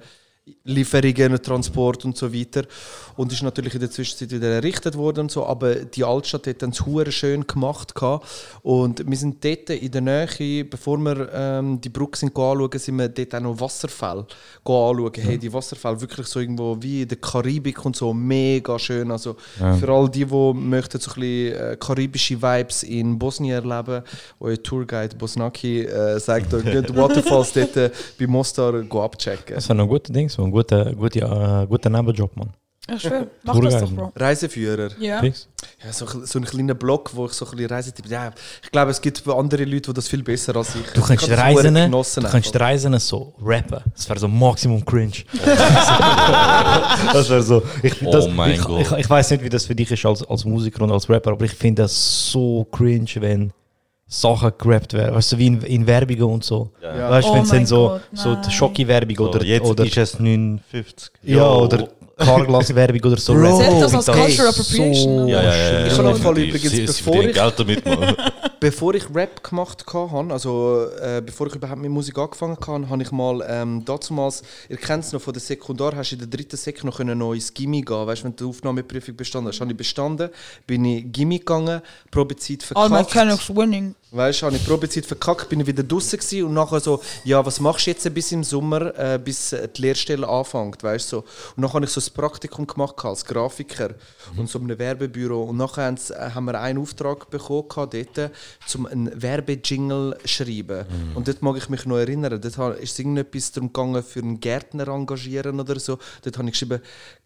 Lieferungen, Transport und so weiter. Und ist natürlich in der Zwischenzeit wieder errichtet worden und so, aber die Altstadt hat dann hure schön gemacht. gehabt. Und wir sind dort in der Nähe, bevor wir ähm, die Brücke sind anschauen, sind wir dort auch noch Wasserfälle anschauen. Hey, die Wasserfälle wirklich so irgendwo wie in der Karibik und so, mega schön. Also für all die, die möchten so ein bisschen äh, karibische Vibes in Bosnien erleben, euer Tourguide Bosnaki äh, sagt euch,
*laughs*
geht die Waterfalls dort äh, bei Mostar go abchecken.
Das ist ein guter Ding, so ein guter, guter, äh, guter Nebenjob, Mann.
Ich schwöre, mach das doch, Bro.
Reiseführer.
Ja.
Fix.
Ja, so, so ein kleiner Blog, wo ich so ein bisschen Reisetipps. Ja, ich glaube, es gibt andere Leute, die das viel besser als ich.
Du kannst
ich habe das
Reisen, ne?
verdammt
du kannst
einfach.
Reisen so rappen. Das wäre so Maximum Cringe. *laughs* das wäre so. Ich,
Oh
das,
mein
ich,
Gott.
Ich, ich weiß nicht, wie das für dich ist als, als Musiker und als Rapper, aber ich finde das so cringe, wenn Sachen gerappt werden. Weißt du, wie in, in Werbungen und so.
Ja.
Weißt du,
Oh
wenn es dann
mein
so,
Gott,
so die
nein.
Schocki-Werbung
Oder
oder.
jetzt
oder,
ist es 59.
ja, oder Carglass-Werbung oder so.
Bro,
rappen.
Selbst
das als
Ich finde
Cultural
so
Appropriation.
Ja, ja, ja.
Ich
ja.
kann noch voll
Die-
übrigens,
sie- sie
bevor
verdienen
ich-
Geld damit, Mann.
Bevor ich Rap gemacht gehabt habe, also äh, bevor ich überhaupt mit Musik angefangen habe, habe ich mal ähm, damals, ihr kennt es noch von der Sekundar, hast du in der dritten Sek noch können noch ins Gimmi gehen, weißt du, wenn du die Aufnahmeprüfung bestanden hast. Habe ich bestanden, bin ich Gimmi gegangen, Probezeit
All
verkauft.
my Canucks winning.
Weißt du, habe ich die Probezeit verkackt, bin ich wieder draußen gewesen und nachher so, ja, was machst du jetzt bis im Sommer, äh, bis äh, die Lehrstelle anfängt, weißt du? So. Und nachher habe ich so ein Praktikum gemacht gehabt als Grafiker und so in einem Werbebüro. Und nachher haben, sie, äh, haben wir einen Auftrag bekommen gehabt, dort, um einen Werbejingle zu schreiben. Und dort mag ich mich noch erinnern, dort ha- ist es irgendetwas darum gegangen, für einen Gärtner engagieren oder so. Dort habe ich geschrieben,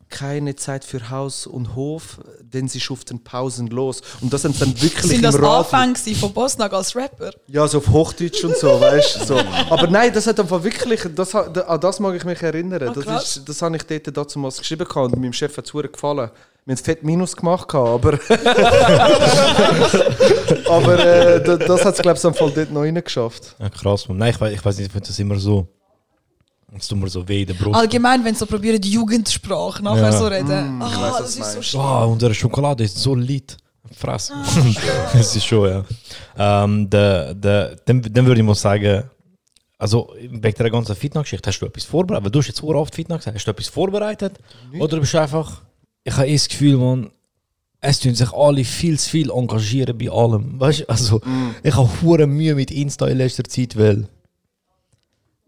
keine Zeit für Haus und Hof, denn sie schuften pausenlos. Und das haben sie dann wirklich
Sind
im
das
Radio...
Anfänge gewesen von Bosnag als Rapper?
Ja, so auf Hochdeutsch und so,
*laughs*
weißt du. So. Aber nein, das hat einfach wirklich, das, ha- da- an das mag ich mich erinnern.
Ah,
das
krass.
ist, das habe ich dort dazu mal geschrieben gehabt und meinem Chef hat es verdammt gefallen. Wir haben fett Minus gemacht, gehabt, aber. *laughs* aber äh, da- das hat es, glaube ich, am Fall dort noch reingeschafft.
Ja, krass, Mann. Nein, ich weiß, ich weiß nicht, ich finde das immer so. Es tut mir so weh in der
Ah,
Brust.
Allgemein, wenn sie so probieren, die Jugendsprache nachher
Ja.
so reden. ah,
Mm, weiss, was
das
du
ist so schlimm.
Ah, unsere Schokolade ist so lit. Frass. *laughs* Es ist schon, ja. Ähm, der, der, dann, dann würde ich mal sagen, also bei der ganzen Fitness-Geschichte, hast du etwas vorbereitet? Weil du hast jetzt sehr oft Fitness gesagt. Hast du etwas vorbereitet? Oder bist du einfach... Ich habe eh das Gefühl, man, es tun sich alle viel zu viel engagieren bei allem. Weißt du, also ich habe hure Mühe mit Insta in letzter Zeit, weil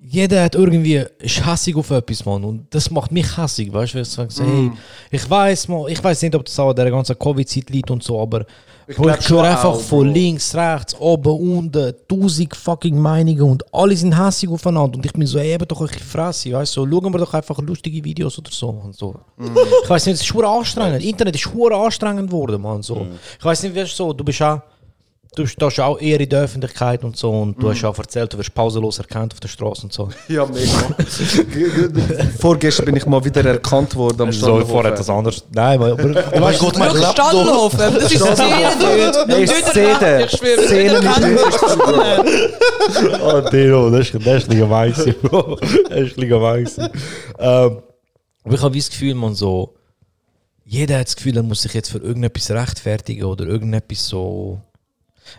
jeder hat irgendwie ist hässig auf etwas, Mann. Und das macht mich hässig, weißt du? weil ich sage, Hey,
Mm.
ich weiß, man, ich weiß nicht, ob das auch der ganzen Covid-Zeit liegt und so, aber ich, Bro,
glaub
ich
schon
höre einfach
auch,
von
Bro.
links, rechts, oben, unten, tausend fucking Meinungen und alle sind hässig aufeinander. Und ich bin so, ey, eben doch euch Fresse, weißt du? So, schauen wir doch einfach lustige Videos oder so, Mann. So.
Mm.
Ich weiß nicht, es ist schwer anstrengend. Internet ist schwer anstrengend geworden, Mann. So.
Mm.
Ich weiß nicht, wie es so, du bist auch du stehst auch eher in der Öffentlichkeit und so und
Mm.
du hast auch erzählt, du wirst pausenlos erkannt auf der Straße und so.
Ja, mega. *laughs* Vorgestern bin ich mal wieder erkannt worden am Standhof.
anders. Nein, *laughs* aber aber- du weißt,
Gott,
Schau, Standhofen,
*laughs*
das ist Szene dort.
Ey, Szene.
Ich schwöre, dort
Szene ist
erkannt
dort.
wirst du nicht.
Ah, *laughs* oh, Dino, das ist, das ist ein bisschen gemein gewesen, Bro. Das ist ein bisschen gemein gewesen. ähm, Aber ich habe wie das Gefühl, man so, jeder hat das Gefühl, er muss sich jetzt für irgendetwas rechtfertigen oder irgendetwas so.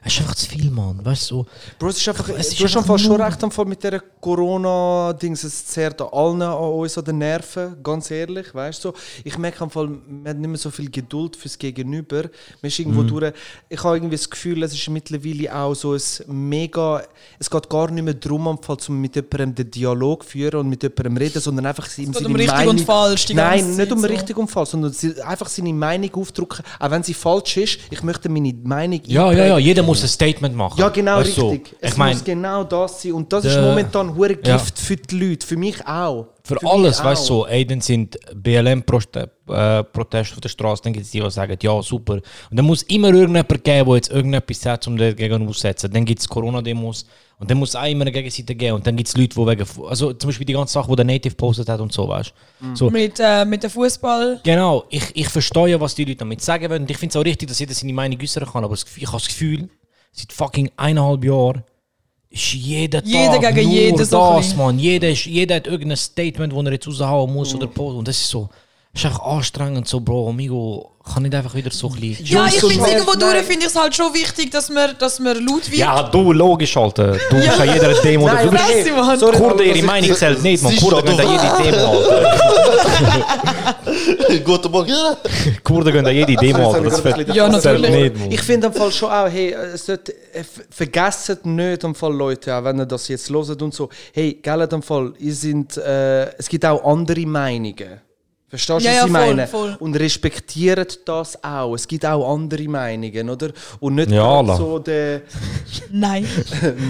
Es ist einfach zu viel, Mann. Weißt du, so.
Bro, es ist einfach,
Es ist
du hast
einfach
am Fall schon
nur-
recht am Fall mit dieser Corona-Dings. Es zehrt an allen an uns an den Nerven, ganz ehrlich. Weißt du? Ich merke am Fall, man hat nicht mehr so viel Geduld fürs Gegenüber. Man ist irgendwo durch. Ich habe irgendwie das Gefühl, es ist mittlerweile auch so ein mega. Es geht gar nicht mehr darum, am Fall, um mit jemandem den Dialog führen und mit jemandem reden, sondern einfach ihm
geht
seine
um richtig und
Meinung.
falsch die ganze
Nein, nicht
Zeit
um
so.
richtig und falsch, sondern sie- einfach seine Meinung aufdrücken. Auch wenn sie falsch ist, ich möchte meine Meinung
Ja, ja,
einprägen.
ja, jeder muss ein Statement machen.
Ja, genau,
Weißt du,
richtig.
Also, Ich
es
meine,
muss genau das sein. Und das ist
der-
momentan hure Gift
Ja.
für die Leute, für mich auch.
für,
mich
alles,
auch.
weißt du, so, ey, dann sind BLM-Proteste äh, Proteste auf der Straße, dann gibt es die, die sagen, ja, super. Und dann muss immer irgendjemand geben, der jetzt irgendetwas sagt, um dagegen auszusetzen. Dann gibt es Corona-Demos und dann muss es auch immer eine Gegenseite geben. Und dann gibt es Leute, die wegen, also zum Beispiel die ganze Sache, die der Native postet hat und so, weißt du. So,
Mit, äh, mit dem Fußball.
Genau, ich, ich verstehe ja, was die Leute damit sagen wollen. Und ich finde es auch richtig, dass jeder seine Meinung äußern kann. Aber das Gefühl- ich habe das Gefühl, seit fucking eineinhalb Jahren ist jeder Tag
Jeder gegen
nur
jeden
das,
so ein bisschen.
Mann. Jeder, ist, jeder hat irgendein Statement, das er jetzt raushauen muss
Mhm.
oder posten. Und das ist so, ist einfach anstrengend. So, Bro, amigo, kann nicht einfach wieder so ein bisschen...
Ja, ich
so
finde es
schwer.
irgendwo durch,
Nein.
finde ich es halt schon wichtig, dass man, dass man laut wird.
Ja, du, logisch, Alter. Du bist an jeder Demo.
Nein,
du bist-
nein,
Fresse, Mann.
sorry,
Kurden,
das
ihre
ist-
Meinung zählt nicht, man.
Sie
Kurden
steht
gehen an jede Demo, Alter.
Guten Morgen.
Kurden gehen an jede Demo, Alter. Das
Sorry,
fällt
ich
Ja,
hab gerade ein bisschen den Faden
natürlich.
verloren.
Nicht, Mann.
Ich finde am Fall schon auch, hey, es sollte, äh, ver- vergesst nicht am Fall Leute, auch wenn ihr das jetzt loset und so, hey, gell, am Fall, ihr sind, äh, es gibt auch andere Meinungen. Verstehst du,
Ja,
was
ja,
ich
voll,
meine?
voll.
Und respektiert das auch. Es gibt auch andere Meinungen, oder? Und nicht
Ja,
gerade
Allah.
so der.
Nein.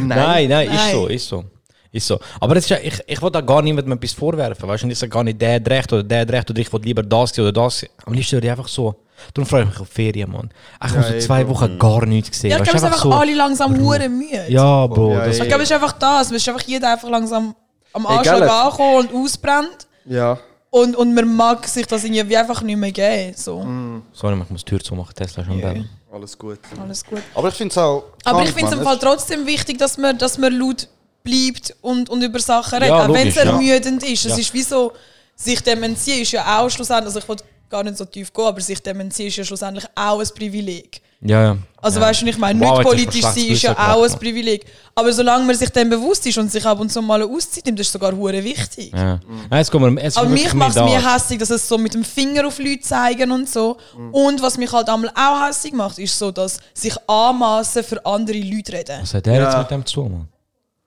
Nein, nein, ist
Nein.
so, ist so. Ist so. Aber es ist ja, ich, ich will da gar niemandem etwas vorwerfen. Weißt du, Und ich sage gar nicht, der hat recht oder der hat recht oder ich will lieber das sehen oder das. sehen. Am liebsten würde ich einfach so. Darum freue ich mich auf Ferien, Mann. Ich habe so zwei Wochen gar nichts gesehen.
Ja, ich
weißt
glaube,
du,
es sind einfach alle langsam hure müde.
Ja, Bro.
Ja,
das,
ja.
Ich glaube, es ist einfach das. Es ist einfach jeder einfach langsam am
Ey,
Anschlag
gell?
angekommen und ausbrennt.
Ja.
Und, und man mag sich das irgendwie einfach nicht mehr geben. So.
Mm.
Sorry, ich muss die Tür zumachen, Tesla schon yeah.
Alles gut.
Alles gut.
Aber ich finde es auch.
Aber
Kann
ich finde es
man,
im Fall
es-
trotzdem wichtig, dass man, dass man laut bleibt und, und über Sachen redet, auch wenn
logisch,
es
ja.
ermüdend ist. Es
Ja.
ist wie so, sich dementieren ist ja auch schlussendlich, also ich will gar nicht so tief gehen, aber sich dementieren ist ja schlussendlich auch ein Privileg.
Ja, ja.
Also
ja.
weißt du, ich meine,
Wow,
nicht
jetzt hast du
politisch
schlechtes
sein ist ja
Gewissen
auch
gemacht,
ein Privileg. Aber solange man sich dem bewusst ist und sich ab und zu mal eine Auszeit nimmt, das ist sogar hure wichtig.
Ja. Nein, jetzt kommen wir, jetzt
Aber mich macht es
mir
mir hässlich, dass es so mit dem Finger auf Leute zeigen und so.
Mhm.
Und was mich halt einmal auch hässlich macht, ist so, dass sich anmassen für andere Leute reden.
Was hat er jetzt
Ja.
mit dem zu, Mann?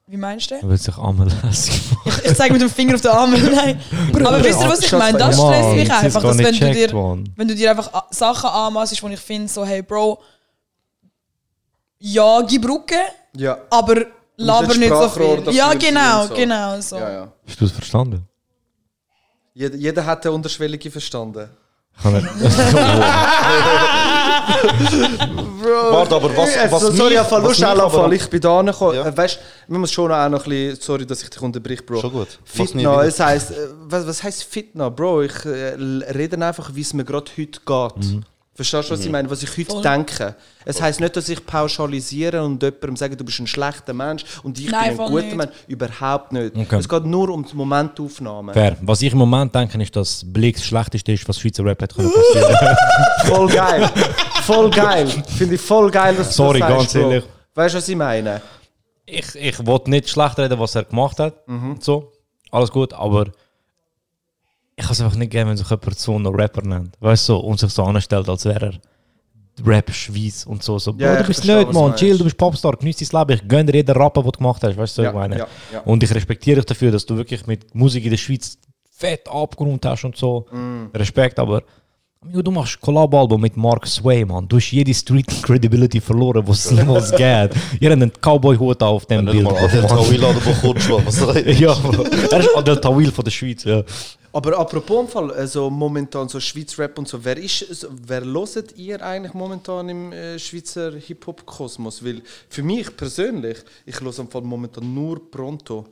Wie meinst du?
*laughs* Er will sich einmal lassen.
Ich zeige mit dem Finger auf den Arm. Nein. Aber wisst ihr, was ich meine? Das
Mann,
stresst mich
sie ist
einfach,
gar
dass
nicht
wenn du,
gecheckt
dir,
worden.
wenn du dir einfach a- Sachen anmassest, wo ich finde, so, hey Bro, ja, gib Rücken,
Ja.
aber laber
nicht
nicht so
Sprachrohr
viel.
dafür
Ja,
sein
genau,
und so.
genau so.
Ja, ja.
Hast du es verstanden?
Jeder, jeder hat den Unterschwellige verstanden.
Kann er,
Warte, aber was,
Äh,
was
so- sorry,
mich-
ich habe
was
Lust
mich
auch
aber-
Fall. Ich bin da angekommen.
Ja.
Äh, Weißt du, man muss schon auch noch ein bisschen. Sorry, dass ich dich unterbreche, Bro.
Schon gut. Was nie
Fitna,
wieder-
es *laughs* heisst. äh, Was, was heisst Fitna, Bro? Ich äh, l- rede einfach, wie es mir gerade heute geht.
Mhm.
Verstehst du, was ich meine? Was ich heute denke. Es heisst nicht, dass ich pauschalisiere und jemandem sage, du bist ein schlechter Mensch und ich
Nein,
bin ein
voll
guter
nicht.
Mensch. Überhaupt nicht.
Okay.
Es geht nur um die Momentaufnahme.
Fair. Was ich im Moment denke, ist, dass Blick das Schlechteste ist, was Schweizer Rap hat können passieren
*laughs* Voll geil. voll geil. Finde ich voll geil, dass du
Sorry,
das sagst,
ganz
Bro.
ehrlich.
Weißt du, was ich meine?
Ich, ich wollte nicht schlecht reden, was er gemacht hat.
Mhm.
So, alles gut, aber ich kann es einfach nicht geben, wenn sich jemand so einen Rapper nennt. Weißt du, so, und sich so anstellt, als wäre er Rap schweiz und so. so.
Ja,
Bro, du
ich
bist
verstehe,
nicht,
was
Mann.
meinst.
Chill, du bist Popstar, genieß dein Leben. Ich gönne dir jeden Rapper, den du gemacht hast. Weißt du, was
Ja,
ich meine?
ja, ja.
Und ich respektiere dich dafür, dass du wirklich mit Musik in der Schweiz fett abgerundet hast und so.
Mhm.
Respekt, aber. Amigo, du machst Collab-Album mit Mark e Sway, Mann. Du hast jede Street-Credibility verloren, was es jemals gibt. Ihr habt einen Cowboy-Hut auf dem
Nicht
Bild.
mal Adel
*laughs*
Tawil oder *laughs* Bochutsch, was redet.
ja, er ist Adel Tawil von der Schweiz. Ja.
Aber apropos im Fall, also momentan so Schweizer Rap und so, wer ist, so, wer loset ihr eigentlich momentan im äh, Schweizer Hip Hop Kosmos? Weil für mich persönlich, ich los am Fall momentan nur Pronto.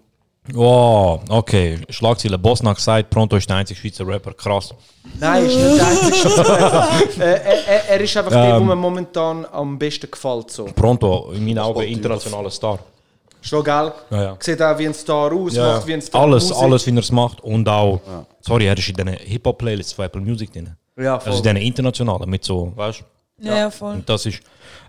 Wow, okay. Schlagzeile. Bosnak sagt, Pronto ist der einzige Schweizer Rapper. Krass.
Nein, ist nicht der einzige
*laughs*
Schweizer. äh, er, er- er ist einfach
Ähm.
der, wo mir momentan am besten gefällt so.
Pronto, in meinen Augen
Gott,
internationaler Star.
Schon geil.
Ja, ja.
Sieht auch wie ein Star aus, macht wie ein Star
alles,
Musik.
alles, wie er es macht. Und auch, sorry, er ist in diesen Hip-Hop-Playlists von Apple Music drin.
Ja, voll.
also in diesen internationalen, mit so, weißt du.
Ja, voll.
Und das ist,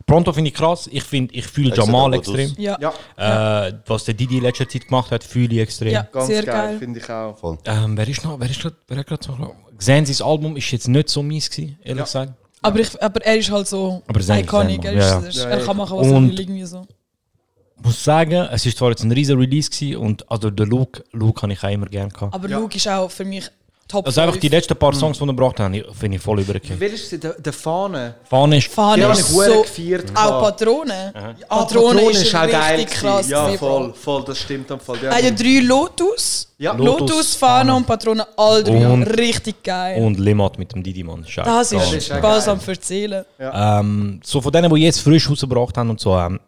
Pronto finde ich krass. Ich finde, ich fühle Jamal
aber das-
extrem.
Ja,
Ja,
Äh, was der Didi in letzter Zeit gemacht hat, fühle ich extrem.
ja,
ganz
sehr
geil,
geil.
finde ich auch.
Ähm, wer ist noch, wer ist grad, wer hat gerade so, Xenzis Album ist jetzt nicht so mies gewesen, ehrlich gesagt.
Aber, ich, aber er ist halt so
Aber Zen ist
iconic.
Zen,
Er,
Mann.
ist,
Ja,
er ist-
ja.
er kann machen, was
Und-
er will. Irgendwie so.
muss sagen, es ist zwar jetzt ein riesen Release gewesen und also der Look, Look habe ich auch immer gerne gehabt.
Aber Luke ist auch für mich top.
Also einfach die
fünf.
letzten paar Songs, die er gebracht haben, finde ich voll übergekommen.
Wer ist der, der
Hm.
Fahne?
Fahne ist
Fahne
Die habe ich
ist
hure
so,
gefeiert.
auch Patronen. Ja,
Ah,
Patronen
Patrone
ist
auch
richtig
gewesen.
krass. Also
Ja,
gewesen, Bro.
voll, voll, das stimmt am Fall. Ja,
Er hat ja drei Lotus.
Ja.
Lotus,
Lotus,
Fahne und Patronen, all drei.
Und-
richtig geil.
und Limat mit dem Didi Mann. Scheiße.
das
Das
ist
ist auch
balsam für die Seele.
Ähm, so von denen, die jetzt frisch rausgebracht haben und so. Ähm,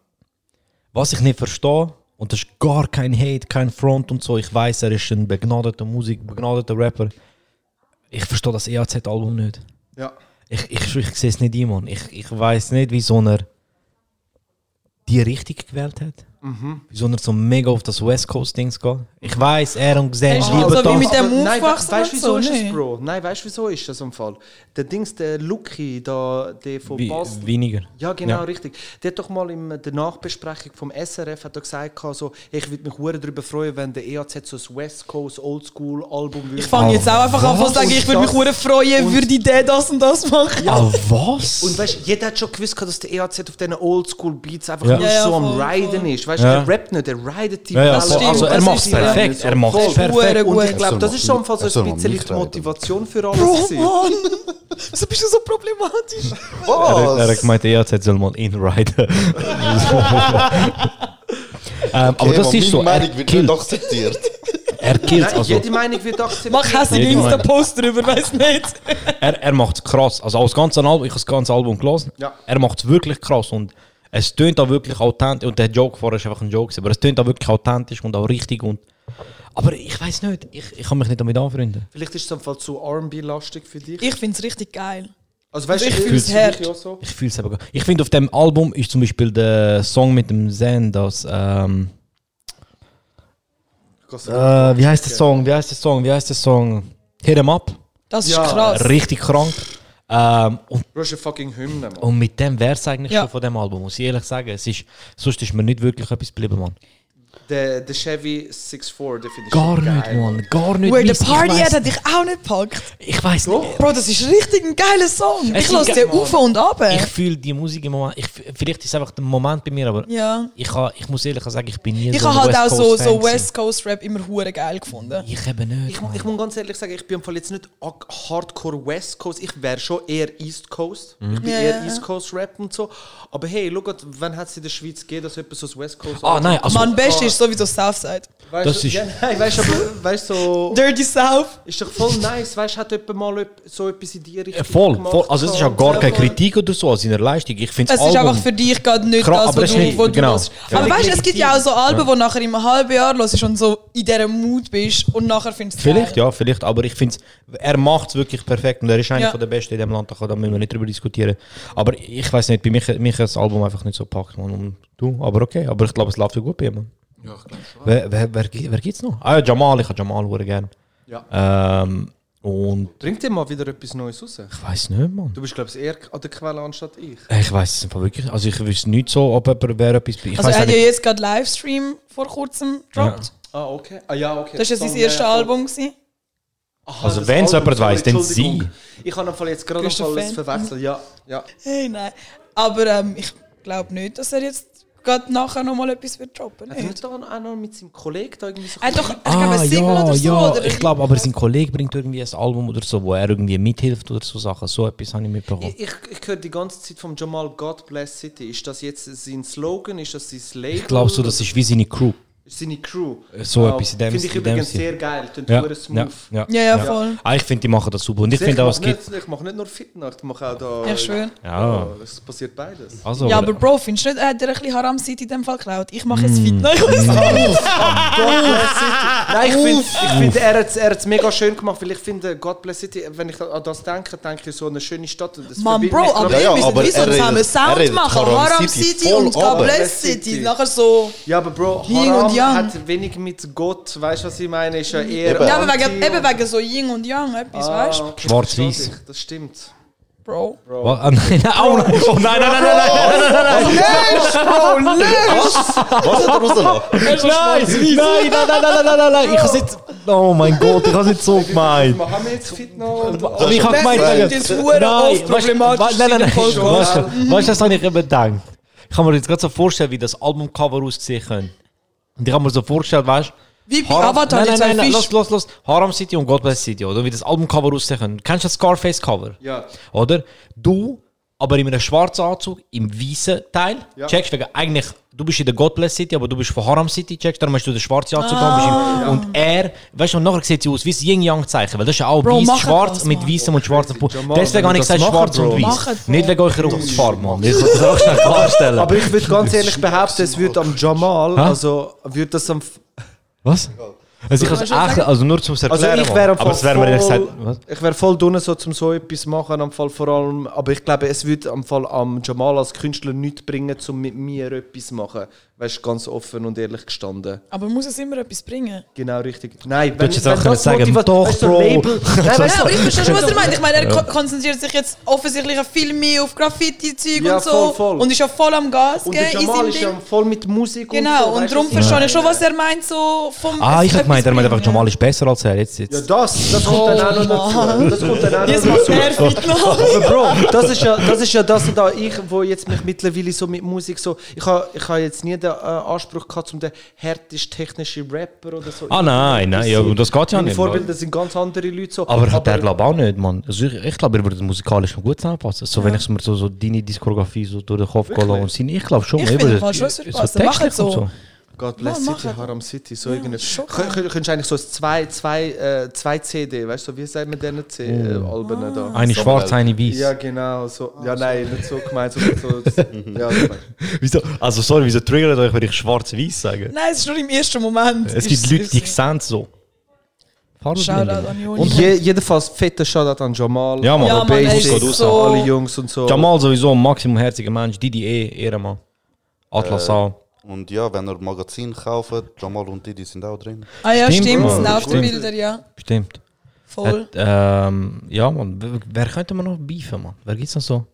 was ich nicht verstehe, und das ist gar kein Hate, kein Front und so. Ich weiß, er ist ein begnadeter Musik, begnadeter Rapper. Ich verstehe das E EAZ-Album nicht.
ja.
Ich, ich, ich sehe es nicht ein, Mann. Ich, ich weiß nicht, wieso er die Richtung gewählt hat. Wieso er so mega auf das West Coast-Ding geht. Ich weiß, er und Xen
Er ist
lieben
halt so wie
das.
mit dem
Nein, we
Aufwachsen
weißt du,
und
wieso
so.
ist das,
nee.
Bro? Nein, weißt du, wieso ist das im Fall? Der Dings, der Lucky, da, der von
Wie-
Basel.
Weniger.
Ja, genau,
Ja.
richtig. Der hat doch mal in der Nachbesprechung vom SRF hat er gesagt, gehabt, so, ich würde mich hure darüber freuen, wenn der EAZ so ein West Coast Oldschool Album würde.
Ich fange jetzt auch einfach an, was sagen, ich würde mich
Und das-
hure freuen,
und-
würde ich der das und das machen.
Ah, was?
Und weißt, jeder hat schon gewusst, gehabt, dass der EAZ auf diesen Oldschool Beats einfach
Ja.
nur
Ja, ja,
so am
voll,
Riden
voll.
ist. Weißt,
Ja.
er rappt nicht, er ridet die
Ja, ja,
Welle.
voll. also
das
er macht es
ist ja-
perfekt. Er macht es
Voll.
perfekt.
Hure
Und
gut.
ich glaube, das ist so im Fall
Er
so
soll
ein
mal
bisschen die
mitreden.
Motivation für alles.
Bro,
gewesen.
Mann! Wieso bist du so problematisch?
Er, er hat gemeint, der EAZ soll mal inriden. *laughs* ähm, aber das ist so, er
Meinung wird nicht
killt,
doch zitiert.
er killt,
Nein,
also
jede Meinung wird akzeptiert.
Mach hässliche
Jede
Insta-Post drüber, weiß nicht.
er, er macht es krass. Also als ganzes Album, ich habe das ganze Album gelesen,
Ja.
er macht es wirklich krass und es tönt auch wirklich authentisch und der Joke vorher ist einfach ein Joke, gewesen, aber es tönt auch wirklich authentisch und auch richtig und aber ich weiß nicht, ich, ich kann mich nicht damit anfreunden.
Vielleicht ist es im Fall zu R&B-lastig für dich.
Ich find's richtig geil.
also weißt
ich
du,
fühl's
ist
hart.
wirklich auch so.
Ich fühle es aber gar Ich finde, auf dem Album ist zum Beispiel der Song mit dem Zen, das. Ähm, äh, wie heißt der Song? Wie heißt der Song? Wie heißt der Song? Hit 'em Up.
Das
Ja.
ist krass.
Richtig krank. Ähm, und,
Du hast eine fucking Hymne, Mann.
und mit dem wäre es eigentlich
Ja.
schon von dem Album, muss ich ehrlich sagen. Es ist, sonst ist mir nicht wirklich etwas geblieben, Mann.
Der, der Chevy 6.4, der finde ich
Gar
geil.
nicht, Mann. Gar nicht.
Where the
meins.
Party
ich
hat,
weiß,
hat dich auch nicht gepackt.
ich weiß nicht.
Bro, das ist richtig ein geiler Song.
Es
Ich lasse
ist
dir
geil,
auf und ab.
Ich fühle die Musik im Moment. Ich, f- vielleicht ist es einfach der Moment bei mir, aber
Ja.
ich, ha, ich muss ehrlich sagen, ich bin nie
Ich
so ein
habe halt auch so,
Coast-Fan
so
gewesen.
West Coast Rap immer hure geil gefunden.
Ich eben nicht.
Ich, mu-
Mann.
ich muss ganz ehrlich sagen, ich bin im Fall jetzt nicht ak- Hardcore West Coast, ich wäre schon eher East Coast.
Mhm.
Ich bin
Ja,
eher
ja, ja.
East Coast Rap und so. Aber hey, schau, wann hat es in der Schweiz gegeben, dass jemand so das West Coast...
Ah, nein, also,
Mein Beste ist sowieso Southside.
Weißt
das
du-
ist-
Ja, nein, weißt du, aber- weißt du, so...
Dirty South.
Ist doch voll nice, weißt du, hat jemand mal ep- so etwas in die Richtung
Äh, voll,
gemacht?
voll. Also, es ist auch
und
gar
so.
keine Kritik oder so an seiner Leistung. Ich finde
Es ist einfach für dich gerade nicht
Krass,
das,
aber
was
es
du,
ist-
wo du
genau.
hörst.
Ja.
Aber weißt du, es
Definitiv.
gibt ja auch so Alben, wo nachher im halben Jahr hörst und so in dieser Mut bist und nachher findest du
Vielleicht, ja, vielleicht. Aber ich finde er macht es wirklich perfekt und er ist einer
Ja.
von der Besten in dem Land. Da kann- da müssen wir nicht drüber diskutieren. Aber ich weiß nicht, bei mich, mich hat das Album einfach nicht so gepackt, Mann. Und du, aber okay. Aber ich glaube, es läuft ja gut bei ihm, Mann. Wer, wer, wer, gi- wer gibt's noch? Ah ja, Jamal. Ich habe Jamal sehr gerne. Ähm, und
Bringt dir mal wieder etwas Neues raus.
ich weiß nicht, Mann. Äh,
Du bist, glaube ich, eher an der Quelle anstatt ich.
Ich weiß es einfach wirklich. Also, ich wüsste nicht so, ob jemand, wer etwas. Ich weiss
Also er
auch
hat ja
nicht.
jetzt gerade Livestream vor kurzem gedroppt.
Ah, okay. Ah, ja, okay.
Das ist jetzt sein
Song,
erstes
ja, ja, voll.
Album. Gewesen.
Aha,
Also,
das
wenn's
Album,
jemand
sorry,
weiss, dann
Entschuldigung.
sie.
Ich habe im Fall jetzt gerade
Bist du
noch alles
Fan?
verwechselt. Ja, ja.
Hey, nein. Aber ähm, ich glaube nicht, dass er jetzt gerade nachher nochmal etwas wird droppen.
Hat er nicht
Nicht.
da auch noch mit seinem Kollegen da irgendwie so
Er hat doch, ich glaube,
Ah,
ein Single
ja,
oder so.
ja.
oder
ich glaube, aber sein Kollege bringt irgendwie ein Album oder so, wo er irgendwie mithilft oder so Sachen. So etwas habe ich mitbekommen.
Ich, ich, ich höre die ganze Zeit vom Jamal God Bless City. Ist das jetzt sein Slogan? Ist das sein Label?
Ich glaube so, das ist wie seine Crew.
ist seine Crew.
So etwas in dem-
Finde ich
in dem
übrigens
Sinn.
sehr geil. Tönt
Ja,
hure
ja,
smooth.
ja,
Ja, ja, voll.
Ah, ich finde, die machen das super. Und ich
Ich
finde auch, es
mache
gibt.
nicht, ich mach nicht nur Fitnacht, ich mache auch da.
Ja, ich schwöre.
Ja.
Ja, Es passiert beides.
Also,
Ja, aber Bro, findest du nicht, er hat dir ein bisschen Haram City in dem Fall geklaut? Ich mache
Mm.
jetzt Fitness. Ich *laughs* weiß
Oh, *laughs* Nein, ich finde, ich find, er hat es er hat's mega schön gemacht, weil ich finde, God Bless City, wenn ich an das denke, denke ich so eine schöne Stadt. Und das
Mann,
verbindet
Bro,
mich
aber
gerade-
Ja,
wir
ja,
müssen
aber
wie so
er redet-
zusammen
er
Sound
redet
machen.
Haram
Haram
City
City
voll
und God
runter.
Bless City. Nachher so.
Ja, aber Bro,
Yin und
Haram
Yang.
hat wenig mit Gott, weißt du, was ich meine? Ist ja eher.
Eben.
Ja, aber wegen,
Anti- Ah,
eben wegen so Yin und Yang, etwas,
Ah.
weißt du?
okay,
Schwarz-Weiß.
verstehe dich, Das stimmt.
Bro.
Was? Ah, nein, nein, *laughs* oh, nein, oh, nein, nein, nein, nein,
Was hat er rausgelassen?
nein, nein, nein, nein, nein, nein, nein, nein, nein, nein, ich habe jetzt. Oh mein Gott, ich habe jetzt so gemeint.
Machen wir jetzt Fitnacht?
Aber ich habe gemeint,
Das
wegen-
ist hure oft problematisch.
Weißt, nein, nein, nein, weißt du,
Folge.
weißt du, weißt du, das habe ich eben gedacht. Ich kann mir jetzt gerade so vorstellen, wie das Albumcover aussehen könnte. Und ich habe mir so vorgestellt, weißt du,
Wie bei Avatar, die
nein,
zwei
nein, nein, los,
Fische.
los, los. Haram City und God Bless City, oder? Wie das Albumcover aussehen könnte. Kennst du das Scarface-Cover?
Ja.
Oder? Du, aber in einem schwarzen Anzug, im weißen Teil,
Ja.
checkst wegen eigentlich, du bist in der God Bless City, aber du bist von Haram City, checkst, darum hast du den schwarzen Anzug an. bist
Ah.
im- Und er, weißt du, und nachher sieht sie aus wie das Yin-Yang-Zeichen, weil das ist ja auch
Bro,
weiß,
mach
schwarz
das,
mit
Mann.
weißem und schwarzem Punkt.
Jamal, wenn
Deswegen habe
wir
ich
das
gesagt
machen,
schwarz
Bro.
und
Mach
weiß.
das,
Nicht wegen eurer Rufsfarbe, Mann. Ich muss das auch schnell klarstellen.
Aber ich würde ganz ehrlich behaupten, es würde am Jamal,
Hä?
also würde das am.
was? Also, ich
Kannst du das
also,
sagen?
also nur zum
Also
Erklären.
ich wäre am
Mann. aber es wäre mir ehrlich gesagt. Was?
ich wäre voll drin, so zum so etwas machen am Fall vor allem, aber ich glaube, es würde am Fall am Jamal als Künstler nichts bringen, um mit mir etwas machen. Weißt du, ganz offen und ehrlich gestanden.
Aber muss es immer etwas bringen?
Genau richtig. Nein,
Du hättest auch können sagen,
Motiva-
doch,
weißt du, so
Bro. *laughs* Also,
Label. Nein,
Ja,
weißt
aber ich verstehe schon, was er
du,
meint. Ich meine, er ko- konzentriert sich jetzt offensichtlich viel mehr auf Graffiti-Zeug
Ja,
und so.
voll, voll.
Und ist ja voll am Gas,
und
gell,
der
in
Jamal
seinem
ist ja
Ding.
voll mit Musik
Genau, und darum
verstehe
verstehe ich schon, was er meint, so vom.
Ah, ich habe
etwas
gemeint, er meint einfach,
bringen.
Jamal ist besser als er. Jetzt, jetzt.
Ja, das, das kommt dann auch noch dazu. Das kommt dann auch noch
Oh, Jetzt
dazu.
macht er Fitness.
Aber Bro, das ist ja das, ist ja das da ich, wo jetzt mich mittlerweile so mit Musik so, ich habe ich ha jetzt nie den äh, Anspruch gehabt, um zum der härtest technische Rapper oder so.
Ah, nein, nein, ja, das geht ja
Meine
nicht,
Vorbilder sind ganz andere Leute so.
aber hat er glaube auch nicht, Mann. Also ich, ich glaube, er würde musikalisch noch gut zusammenpassen. So, wenn ich mir so, so deine Diskografie so durch den Kopf gehe und seine, ich glaube schon,
Ich
er
finde,
würde-
mal schon, es würde passen. Mach
textlich
jetzt
und
so. Ah,
God bless
Mann,
City,
mach halt.
Haram City, so irgendwas.
schon.
Kön- kön- Könntest du eigentlich so ein zwei, zwei, äh, zwei CD, weißt du, wie sagt man denen C äh, Alben da?
Oh. Ah, Eine schwarz, eine weiß.
ja, genau, so. Ja, nein, nicht so gemeint, sondern so. so
Mhm. *laughs*
ja, ich mein.
Wieso? Also sorry, wieso triggert euch, wenn ich schwarz-weiß sage?
*laughs* Nein, es ist nur im ersten Moment.
Es
Ist-
gibt Leute,
ist
die
so.
sehen so. Farbe
Shoutout
blind.
an
Und
Joni.
je, jedenfalls fetter Shoutout an Jamal.
Ja, Mann.
an
Ja,
Mann, er
Basic,
ist
an
so-
alle Jungs und so.
Jamal sowieso ein maximum herziger Mensch. DDE, Ehrenmann. Atlas A.
Und ja, wenn ihr Magazin kauft, Jamal und Didi sind auch drin.
Ah ja,
Stimmt,
stimmt,
Bro.
es sind auch die
Stimmt.
Bilder, ja.
Bestimmt.
Voll.
Hat, ähm, ja, Mann. w- Wer könnte man noch beefen, Mann? Wer gibt's noch so?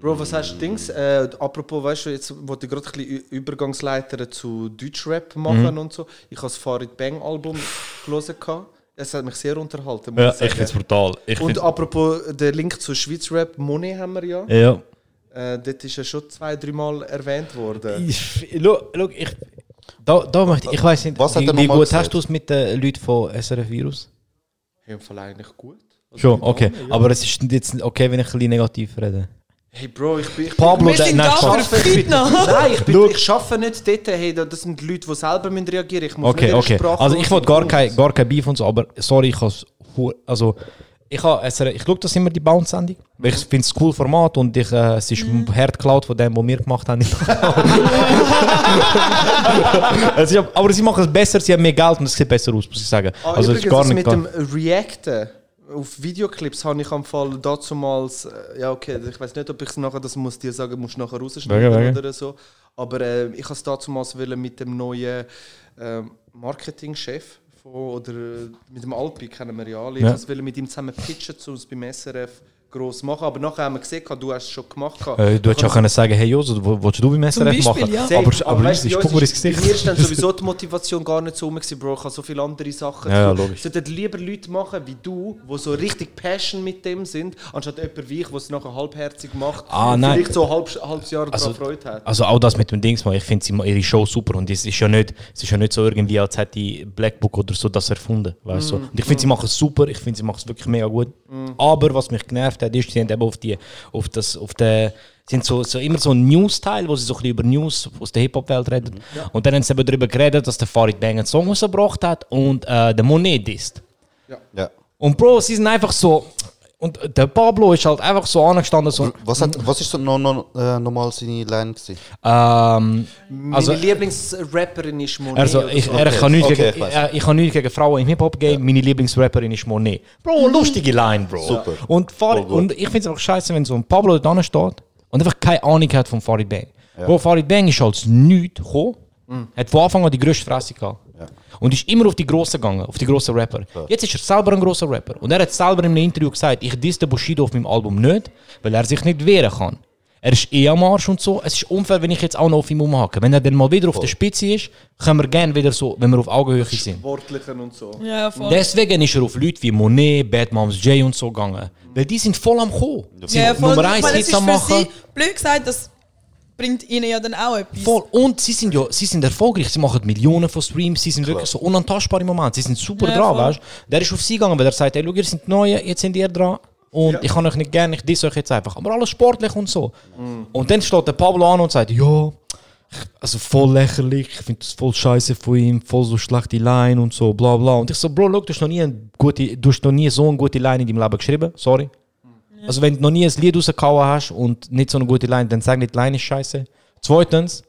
Bro, was hast du Dings? Äh, apropos, weißt du, jetzt wollte ich gerade ein bisschen Ü- Übergangsleiter zu Deutschrap machen und so. Ich habe das Farid Bang Album gelesen. gehabt. Es hat mich sehr unterhalten. Muss ich sagen.
brutal. Ich
Und apropos der Link zu Schweizrap Money haben wir ja.
ja.
Äh, dort ist ja schon zwei, dreimal erwähnt worden.
Ich, look, look, ich, da, da möchte ich, ich weiß nicht,
Was hat
wie,
er
wie
nochmal
gut
gesagt?
hast du es mit den Leuten von SRF Virus?
Hey, Im Fall eigentlich gut.
Schon, okay. Aber es ist jetzt okay, wenn ich ein bisschen negativ rede.
Hey Bro, ich bin. Ich
Pablo,
Wir sind
nein,
da
Spaß.
*laughs*
für Fitness.
Nein, ich, bin, ich arbeite nicht dort. eh, Hey, da- das sind die Leute, die selber müssen reagieren müssen. Ich muss
Okay,
nicht ihre
okay.
Sprache
Also ich wollte gar
nutzen.
kein, gar kein Beef und so, aber sorry, ich has hu- also ich habe ich schaue das immer die Bounce-Sendung, weil ich finde es cool Format und ich, äh, es ist
Mhm.
hart geklaut von dem, was wir gemacht haben. *laughs* es ist, ab- Also aber sie machen es besser, sie haben mehr Geld und es sieht besser aus, muss ich sagen.
Ah,
also es
übrigens,
ist gar
das
nicht
mit
gar-
dem Reacten auf Videoclips habe ich am Fall dazumals, äh, ja okay, ich weiß nicht, ob ich es nachher, das muss dir sagen, musst du nachher rausschneiden
Wegen, wegen.
oder so, aber äh, ich habe es dazumals wollen mit dem neuen ähm, Marketingchef von, oder äh, mit dem Alpi kennen wir ja alle, ich
Ja.
ja. ich wollte mit ihm zusammen pitchen, um es beim SRF gross machen, aber nachher haben wir gesehen, du hast es schon gemacht.
Äh, du hättest auch können sagen, hey Josu, wo- willst du beim SRF
Beispiel,
machen?
ja.
Aber,
Safe.
aber, aber
weißt du,
ist,
bei
guck mal
uns
ins
ist-
Gesicht.
Bei mir
*laughs*
ist dann sowieso die Motivation gar nicht so rum, gewesen, Bro. Ich habe so viele andere Sachen.
Ja, ja,
zu tun.
logisch.
Sollten lieber Leute machen wie du, die so richtig Passion mit dem sind, anstatt jemand wie ich, der es nachher halbherzig macht
Ah,
und
nein.
vielleicht so ein halb, halbes Jahr also, daran Freude hat.
Also auch das mit dem Dings, Mann, ich finde sie- ihre Show super und es ist ja nicht, es ist ja nicht so irgendwie, als hätte die Black Book oder so das erfunden, weißt du. Und ich finde, sie machen es super, ich finde, sie machen es wirklich mega gut. Aber was mich genervt hat, ist, sie haben eben auf die, auf das, auf den, sind so, so immer so ein News-Teil, wo sie so ein bisschen über News aus der Hip-Hop-Welt reden. Und dann haben sie eben darüber geredet, dass der Farid Bang einen Song rausgebracht hat und äh, der Monet ist.
Ja.
Und Bro, sie sind einfach so. Und der Pablo ist halt einfach so angestanden,
Mhm.
so.
Was, hat, was ist so noch, noch, äh, nochmal seine Line gewesen?
Ähm, also,
Meine Lieblingsrapperin ist Monet.
also
oder
ich,
so.
er, ich, kann nichts
Okay,
gegen,
ich weiß.
äh, ich kann nichts gegen Frauen im Hip-Hop-Game. Meine Lieblingsrapperin ist Monet. Bro, lustige Line, Bro.
Mhm. Super.
Und, Farid,
Voll gut.
und ich finde es einfach scheiße, wenn so ein Pablo da dran steht und einfach keine Ahnung hat von Farid Bang. Bro, Farid Bang ist als nichts gekommen,
Mhm.
hat von Anfang an die grösste Fresse gehabt. Und ist immer auf die Grossen gegangen, auf die grossen Rapper. Jetzt ist er selber ein grosser Rapper. Und er hat selber in einem Interview gesagt, ich disse den Bushido auf meinem Album nicht, weil er sich nicht wehren kann. Er ist eh am Arsch und so. Es ist unfair, wenn ich jetzt auch noch auf ihm umhacke. Wenn er dann mal wieder auf der Spitze ist, können wir gerne wieder so, wenn wir auf Augenhöhe sind.
Sportlichen und so.
Ja, voll.
Deswegen ist er auf Leute wie Monet, Bad Moms Jay und so gegangen. Weil die sind voll am Kommen. Sie
ja,
sind Nummer
Ich
1
meine, es
Hits
ist
am
für
Machen.
sie, blöd gesagt, das bringt ihnen ja dann auch etwas.
Voll. Und sie sind ja sie sind erfolgreich. Sie machen Millionen von Streams. Sie sind wirklich so unantastbar im Moment. Sie sind super
Ja,
dran,
voll.
weißt du? Der ist auf sie gegangen, weil er sagt: Hey, schau, ihr seid die Neuen, jetzt sind ihr dran. Und ich kann euch nicht gerne, ich disse euch jetzt einfach. Aber alles sportlich und so.
Mhm.
Und dann steht der Pablo an und sagt: Ja, also voll lächerlich, ich finde das voll scheiße von ihm, voll so schlechte Line und so, bla bla. Und ich so, Bro, schau, du hast noch nie, eine gute, du hast noch nie so eine gute Line in deinem Leben geschrieben, sorry. Also wenn du noch nie ein Lied rausgehauen hast und nicht so eine gute Line, dann sag nicht, die Line ist scheiße. Zweitens,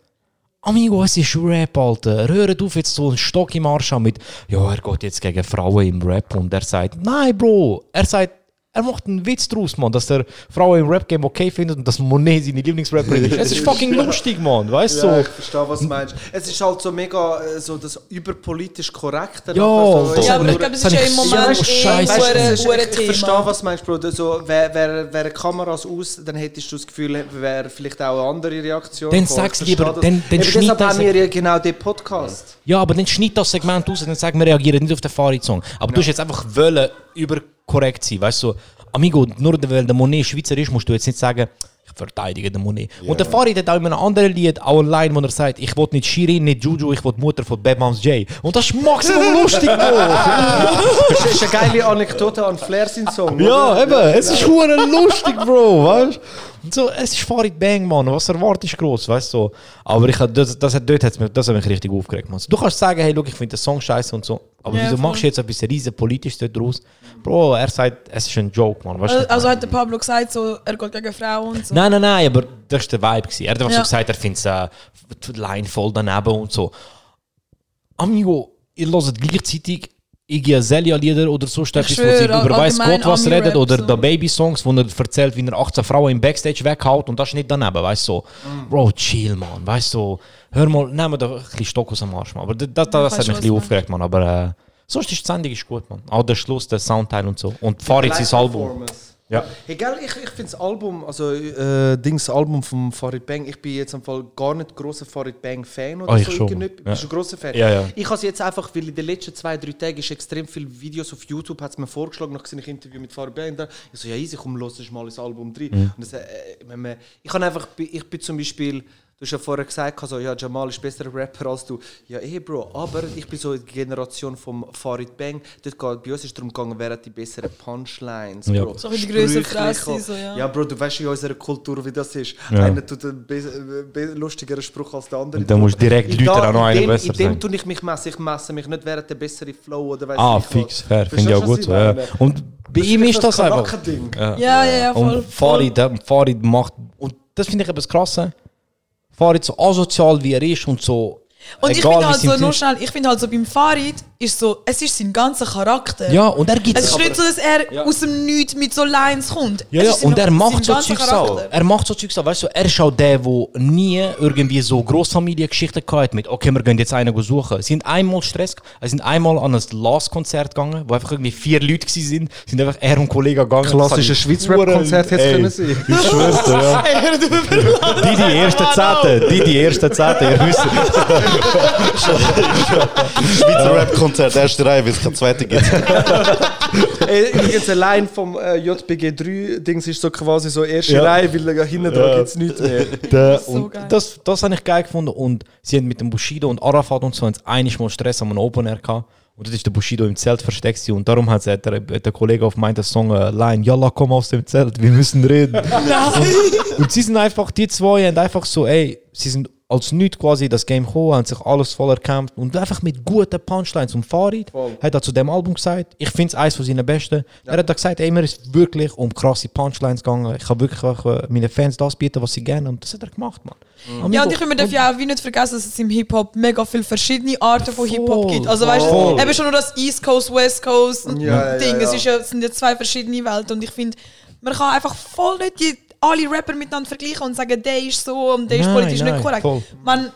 Amigo, es ist Rap, Alter. Hört auf, jetzt so einen Stock im Arsch haben mit, ja, er geht jetzt gegen Frauen im Rap und er sagt, nein, Bro, er sagt, er macht einen Witz draus, Mann, dass er Frauen im Rap-Game okay findet und dass Monet seine Lieblingsrapperin ist. Es ist fucking lustig, Mann, weißt du?
Ja,
so.
ich verstehe, was du meinst. Es ist halt so mega äh, so das überpolitisch Korrekte.
Ja,
nachher so,
voll.
Ja, aber ich
Oder-
glaube, es
das
ist ja
hab
im
ich
Moment
e
so
eh
oh, scheiße
ein
gefunden.
Weißt du,
hoher-
ich,
hoher
ich verstehe,
Thema.
was du meinst, Bruder. So, wäre wär, wär Kameras aus, dann hättest du das Gefühl, wäre vielleicht auch eine andere Reaktion.
Dann
gekommen. Ich
sag's
verstehe
lieber,
das.
dann- dann
Eben
schneid
deshalb
das-
haben wir ja genau den Podcast.
Ja, aber dann schneid das Segment aus und dann sag, wir reagieren nicht auf den Farid-Song. Aber du hast jetzt einfach wollen, überkorrekt sein. Weißt du, so, Amigo, nur weil der Monet Schweizer ist, musst du jetzt nicht sagen, ich verteidige den Monet. Und der Farid hat auch in einem anderen Lied auch eine Line, wo er sagt, ich will nicht Shirin, nicht Juju, ich will die Mutter von Bad Moms J. Und das ist maximal lustig, Bro.
Das ist eine geile Anekdote an Flair sein Song.
ja,
oder?
eben, es ist hure lustig, Bro, weißt du? Und so, es ist Farid Bang, Mann, was erwartest du gross, weißt du? So. Aber ich, hab- das, das, hat, dort hat's mir, das hat mich richtig aufgeregt, Mann. Du kannst sagen, hey, look, ich finde den Song scheiße und so, aber
Ja,
wieso
voll.
machst du jetzt etwas riesen politisches dort draus? Bro, er sagt, es ist ein Joke, Mann, weißt du?
Also, also hat der Pablo gesagt, so, er geht gegen Frauen und so.
Nein, nein, nein, aber das war der Vibe. Gewesen. Er hat einfach
Ja.
so gesagt, er findet äh, die Line voll daneben und so. Amigo, ihr hört gleichzeitig Iggy Azalea-Lieder oder so etwas, wo sie
schwöre,
über weiß
allgemein
Gott was
Ami-Rap
redet oder
so.
der Baby-Songs, wo er erzählt, wie er 18 Frauen im Backstage weghaut und das ist nicht daneben, weißt du. So. Bro, chill, Mann, weißt du. So. Hör mal, nehmen wir doch ein bisschen Stock aus dem Arsch, Mann. Aber das, das, das,
Ja,
hat
ich
mich
weiß,
ein bisschen
was
aufgeregt, Mann. Aber äh, sonst ist die Sendung ist gut, Mann. Auch der Schluss, der Soundteil und so. Und Farid
Live
sein Album.
Performance.
Ja.
Hey, gell, ich, ich finde das Album, also äh, Dings Album von Farid Bang, ich bin jetzt am Fall gar nicht großer Farid Bang Fan oder
Ah, ich
so.
schon.
irgendetwas.
Ja.
Bist du ein großer Fan?
Ja, ja.
Ich habe es jetzt einfach, weil in den letzten zwei, drei Tagen ist extrem viele Videos auf YouTube, hat es mir vorgeschlagen, nachdem ich ein Interview mit Farid Bang da. Ich so, ja easy, komm, los, ist mal das Album drin.
Mhm.
Und das, äh, wenn man, ich kann einfach, ich bin zum Beispiel... Du hast ja vorher gesagt, also, ja, Jamal ist besserer Rapper als du. Ja, eh, Bro, aber ich bin so in der Generation vom Farid Bang. Dort geht, bei uns ist es darum gegangen, wer hat die besseren Punchlines,
Ja.
Bro.
So ein bisschen die grössere
Sprüchlicher.
Fresse, so, ja.
ja, Bro, du weißt in unserer Kultur, wie das ist.
Ja.
Einer tut einen be- äh, be- lustigeren Spruch als der andere.
Und dann musst du direkt
In da-
Leuten auch noch
in
einen
dem-
besser
In dem
sagen.
tue ich mich messen. Ich messe mich nicht, wer hat den besseren Flow oder weiss
Ah,
ich was.
fix, fair.
Verstehst
Finde
du,
ich auch
was
gut
ich
so, ja.
meine?
Und bei ihm
Das
ist das einfach.
Kanackending.
Ja, ja, ja, voll.
Und Farid, äh, Farid macht. Und das finde ich etwas krasse. Farid so asozial wie er ist und so.
Und ich
egal,
finde
wie
halt
es ihm
so, nur
ist.
schnell, ich finde halt so, beim Farid ist so, es ist sein ganzer Charakter.
Ja, und er gibt
Es ist nicht so, dass er aus dem Nichts mit so Lines kommt.
Ja,
Es
ja,
ist sein-
und er
sein
macht so
ganzer
Zeugs auch.
Charakter.
Er macht so Zeugs auch, weißt du, er ist auch der, der nie irgendwie so Grossfamiliengeschichten gehabt hat mit, okay, wir gehen jetzt einen go suchen. Sie sind einmal Stress, äh, sie sind einmal an ein Last-Konzert gegangen, wo einfach irgendwie vier Leute gsi sind, sind einfach er und Kollege gegangen.
Klassisches Schweiz-Rap-Konzert hätte es können sein.
Ich schwör's dir,
*laughs*
ja. Die, die ersten Zehnten, die, die ersten Zehnten, ihr müsst...
Schweizer Rap-Konzert, erste Reihe, weil es keine zweite gibt.
*laughs* Ey, Übrigens, allein vom äh, JBG3-Dings ist so quasi so erste
Ja.
Reihe, weil äh, hinten dran gibt es nichts
*laughs*
mehr.
*laughs* Der,
so
und
geil.
das, das habe ich geil gefunden. Und sie haben mit dem Bushido und Arafat und so haben sie einiges Mal Stress am Open Air gehabt. Und dort ist der Bushido im Zelt versteckt gewesen. und darum hat, hat, der, hat der Kollege auf meinen Song äh, Line, Yalla, komm aus dem Zelt, wir müssen reden.
Ah,
und, und sie sind einfach, die zwei haben einfach so, ey, sie sind als nichts quasi das Game gekommen, haben sich alles voll erkämpft und einfach mit guten Punchlines. Und Farid hat er zu dem Album gesagt, ich finde es eines von seinen besten. Er hat da gesagt, ey, mir ist wirklich um krasse Punchlines gegangen. Ich kann wirklich äh, meinen Fans das bieten, was sie gerne Und das hat er gemacht, Mann.
Mhm.
Ja, und ich finde, man darf ja auch wie nicht vergessen, dass es im Hip-Hop mega viele verschiedene Arten von Hip-Hop gibt. Also weißt du,
Voll.
eben schon nur das East Coast, West Coast
Ja,
Ding.
ja,
Es, ist ja, es sind ja zwei verschiedene Welten und ich finde, man kann einfach voll nicht die, alle Rapper miteinander vergleichen und sagen, der ist so und der ist
Nein,
politisch
nein,
nicht korrekt.
voll.
Man,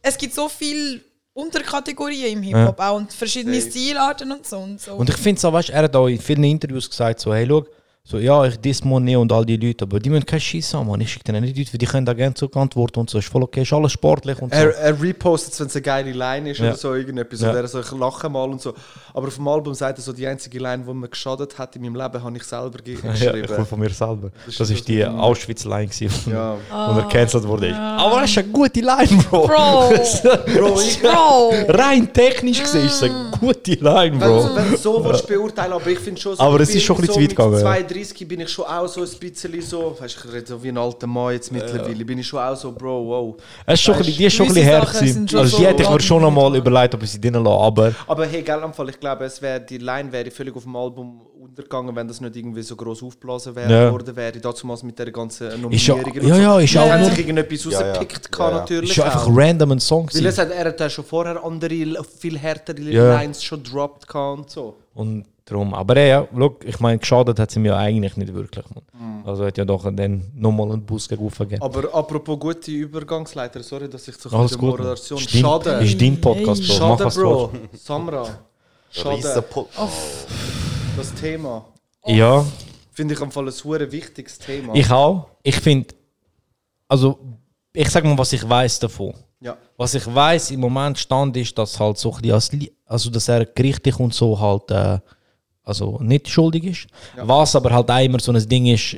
es gibt so viele Unterkategorien im Hip-Hop
Ja.
auch und verschiedene Stilarten und so und so.
Und ich finde es auch, weißt, er hat auch in vielen Interviews gesagt, so, hey, schau, so, ja, ich diss Monet und all die Leute, aber die müssen keinen Schiss haben, Mann. Ich schicke denen nicht Leute, weil die können da gerne zurückantworten und so. Ist voll okay, ist alles sportlich und so.
Er, er repostet wenn es eine geile Line ist
Ja.
oder so irgendetwas.
Ja.
Und er so, ich lache mal und so. Aber auf dem Album sagt er so, die einzige Line, die mir geschadet hat in meinem Leben, habe ich selber ge-
*laughs* Ja, ich
geschrieben.
komme von mir selber. Das ist die Auschwitz-Line, gewesen,
Ja.
wo er cancelled wurde.
Aber
das ist eine gute Line, Ah. Bro. *laughs*
Bro, ich- Bro.
Rein technisch gesehen ist es eine gute Line, Bro.
Also, Wenn, wenn du so willst, beurteilen, aber ich finde schon so,
Aber
ich
es ist
bin
schon ein bisschen
so
zu weit gegangen,
Mit
ja.
32 bin ich schon auch so ein bisschen so, weißt, du, ich rede so wie ein alter Mann jetzt mittlerweile, bin ich schon auch so, Bro, wow.
Es ist schon ein
Weißt
bisschen- die ist schon ein bisschen hart. gewesen. Also, die hätte ich mir schon nochmal überlegt, ob ich sie drin lasse, aber.
Aber hey, gell, am Fall, ich glaube, es wär, die Line wäre völlig auf dem Album untergegangen, wenn das nicht irgendwie so gross aufgeblasen wäre,
Ja.
worden wäre. Dazumals mit der ganzen
Ist ja-
Nominierung. und
ja,
so.
ja, ist
Da
auch
haben
nur-
sich irgendetwas
Ja, ja.
rausgepickt,
Ja,
kann
ja.
natürlich.
Ist ja einfach
auch.
random ein Song
Weil es hat,
gewesen.
er hat ja schon vorher andere, viel härtere
Ja.
Lines schon gedroppt gehabt und so.
Und drum. Aber ey, ja, look, ich meine, geschadet hat sie mir eigentlich nicht wirklich. Mann.
Mhm.
Also hat ja doch dann nochmal einen Bus gegeben.
Aber apropos gute Übergangsleiter, sorry, dass ich zu
Alles
der
gut, Mann.
Moderation
Ist dein-
schade.
ist dein Podcast, Bro. Mach,
Schade,
was du
Bro.
willst.
Samra.
Riesen
Schade.
Po-
Das Thema.
Ja.
Finde ich am Fall ein sehr wichtiges Thema.
Ich auch. Ich finde, also ich sag mal, was ich weiß davon.
Ja.
Was ich weiß im Moment stand ist, dass halt so ein bisschen als, Li- also dass er gerichtlich und so halt äh, also nicht schuldig ist. Was aber halt auch immer so ein Ding ist,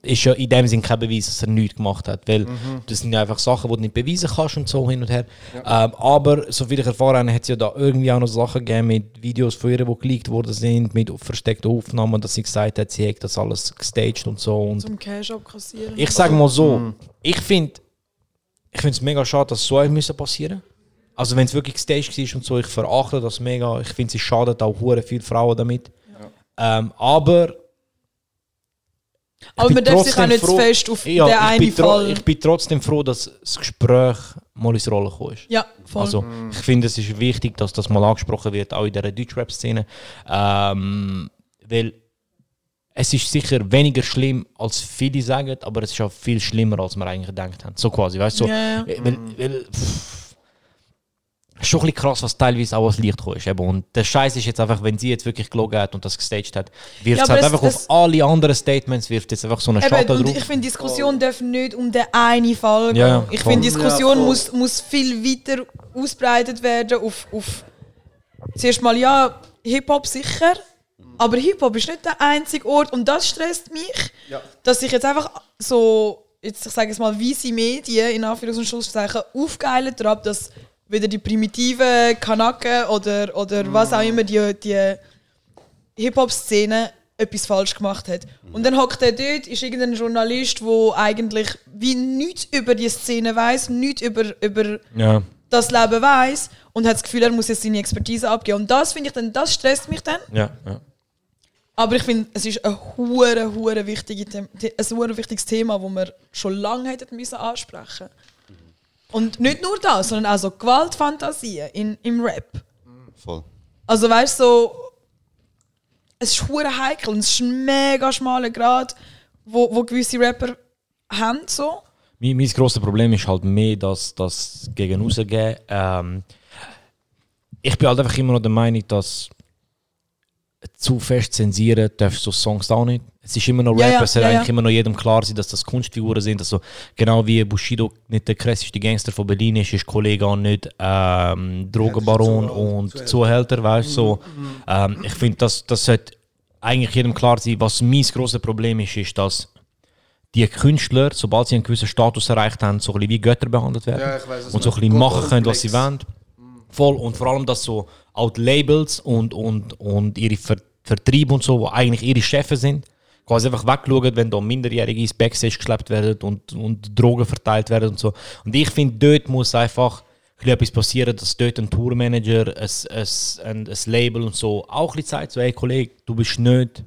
ist ja in dem Sinn kein Beweis, dass er nichts gemacht hat, weil
Mhm.
das sind ja einfach Sachen, die du nicht beweisen kannst und so hin und her. Ähm, aber soviel ich erfahren habe, hat es ja da irgendwie auch noch Sachen gegeben mit Videos von ihr, die geleakt worden sind, mit versteckten Aufnahmen, dass sie gesagt hat, sie hat das alles gestaged und so. Und
Zum Cash abkassieren.
ich sage mal so, ich finde ich find's mega schade, dass so etwas müssen passieren Also wenn es wirklich gestaged ist und so, ich verachte das mega. Ich finde, es schadet auch hure viele Frauen damit. Ähm, aber
Aber
ich
man
bin
darf sich auch
trotzdem
nicht zu
froh-
fest auf
Ja,
den
ich
einen
bin tro-
Fall.
Ich bin trotzdem froh, dass das Gespräch mal ins Rollen gekommen ist.
Ja, voll.
Also,
Mhm.
ich finde, es ist wichtig, dass das mal angesprochen wird, auch in dieser Deutschrap-Szene. Ähm, weil es ist sicher weniger schlimm, als viele sagen, aber es ist auch viel schlimmer, als wir eigentlich gedacht haben. So quasi, weißt du? So,
Ja, ja.
äh, Weil, weil, pff, schon ein bisschen krass, was teilweise auch als Licht gekommen ist. Eben. Und der Scheiß ist jetzt einfach, wenn sie jetzt wirklich gelogen hat und das gestaged hat, wirft
Ja,
es
aber
halt
es-
einfach
es-
auf alle anderen Statements, wirft jetzt einfach so einen Schatten
Eben, und
drauf.
ich finde, Diskussion darf nicht um den einen Fall gehen.
Ja, ja,
ich
voll.
finde, Diskussion
Ja, voll.
muss, muss viel weiter ausbreitet werden auf, auf zuerst mal, ja, Hip-Hop sicher, aber Hip-Hop ist nicht der einzige Ort und das stresst mich,
Ja.
dass ich jetzt einfach so, jetzt, ich sage jetzt mal, weisse Medien, in Anführungs- und Schlusszeichen, aufgeilt habe, dass wieder die primitiven Kanaken oder, oder
Mm.
was auch immer die, die Hip-Hop-Szene etwas falsch gemacht hat. Und dann hockt er dort, ist irgendein Journalist, der eigentlich wie nichts über die Szene weiß, nichts über, über
Ja.
das Leben weiß und hat das Gefühl, er muss jetzt seine Expertise abgeben. Und das finde ich dann, das stresst mich dann.
Ja, ja.
Aber ich finde, es ist ein hure, hure wichtige Them- The- ein hure wichtiges Thema, das wir schon lange hätten müssen ansprechen Und nicht nur das, sondern auch so Gewaltfantasien in, im Rap.
Mm, Voll.
Also weißt du, so, es ist hure heikel und es ist ein mega schmaler Grad, wo, wo gewisse Rapper haben. So.
Mein, mein grosses Problem ist halt mehr, dass das gegen rausgeben. Ähm, ich bin halt einfach immer noch der Meinung, dass zu fest zensieren darf so Songs auch nicht. Es ist immer noch Rap,
Ja, ja,
es soll
ja, ja.
eigentlich immer noch jedem klar sein, dass das Kunstfiguren sind. Also, genau wie Bushido nicht der krasseste Gangster von Berlin ist, ist Kollege auch nicht ähm, Drogenbaron und Zuhälter, weißt du. So. Ähm, ich finde, das, das sollte eigentlich jedem klar sein. Was mein grosses Problem ist, ist, dass die Künstler, sobald sie einen gewissen Status erreicht haben, so ein bisschen wie Götter behandelt werden
Ja, ich weiss, was
und so ein
du
bisschen
meinst.
machen können, was sie wollen. Voll. Und vor allem, dass so auch die Labels und, und, und ihre Ver Vertriebe und so, die eigentlich ihre Chefs sind, quasi einfach wegschauen, wenn da Minderjährige ins Backstage geschleppt werden und, und Drogen verteilt werden und so. Und ich finde, dort muss einfach ein bisschen etwas passieren, dass dort ein Tourmanager, ein, ein, ein, ein Label und so auch ein bisschen sagt, so, hey Kollege, du bist nicht, du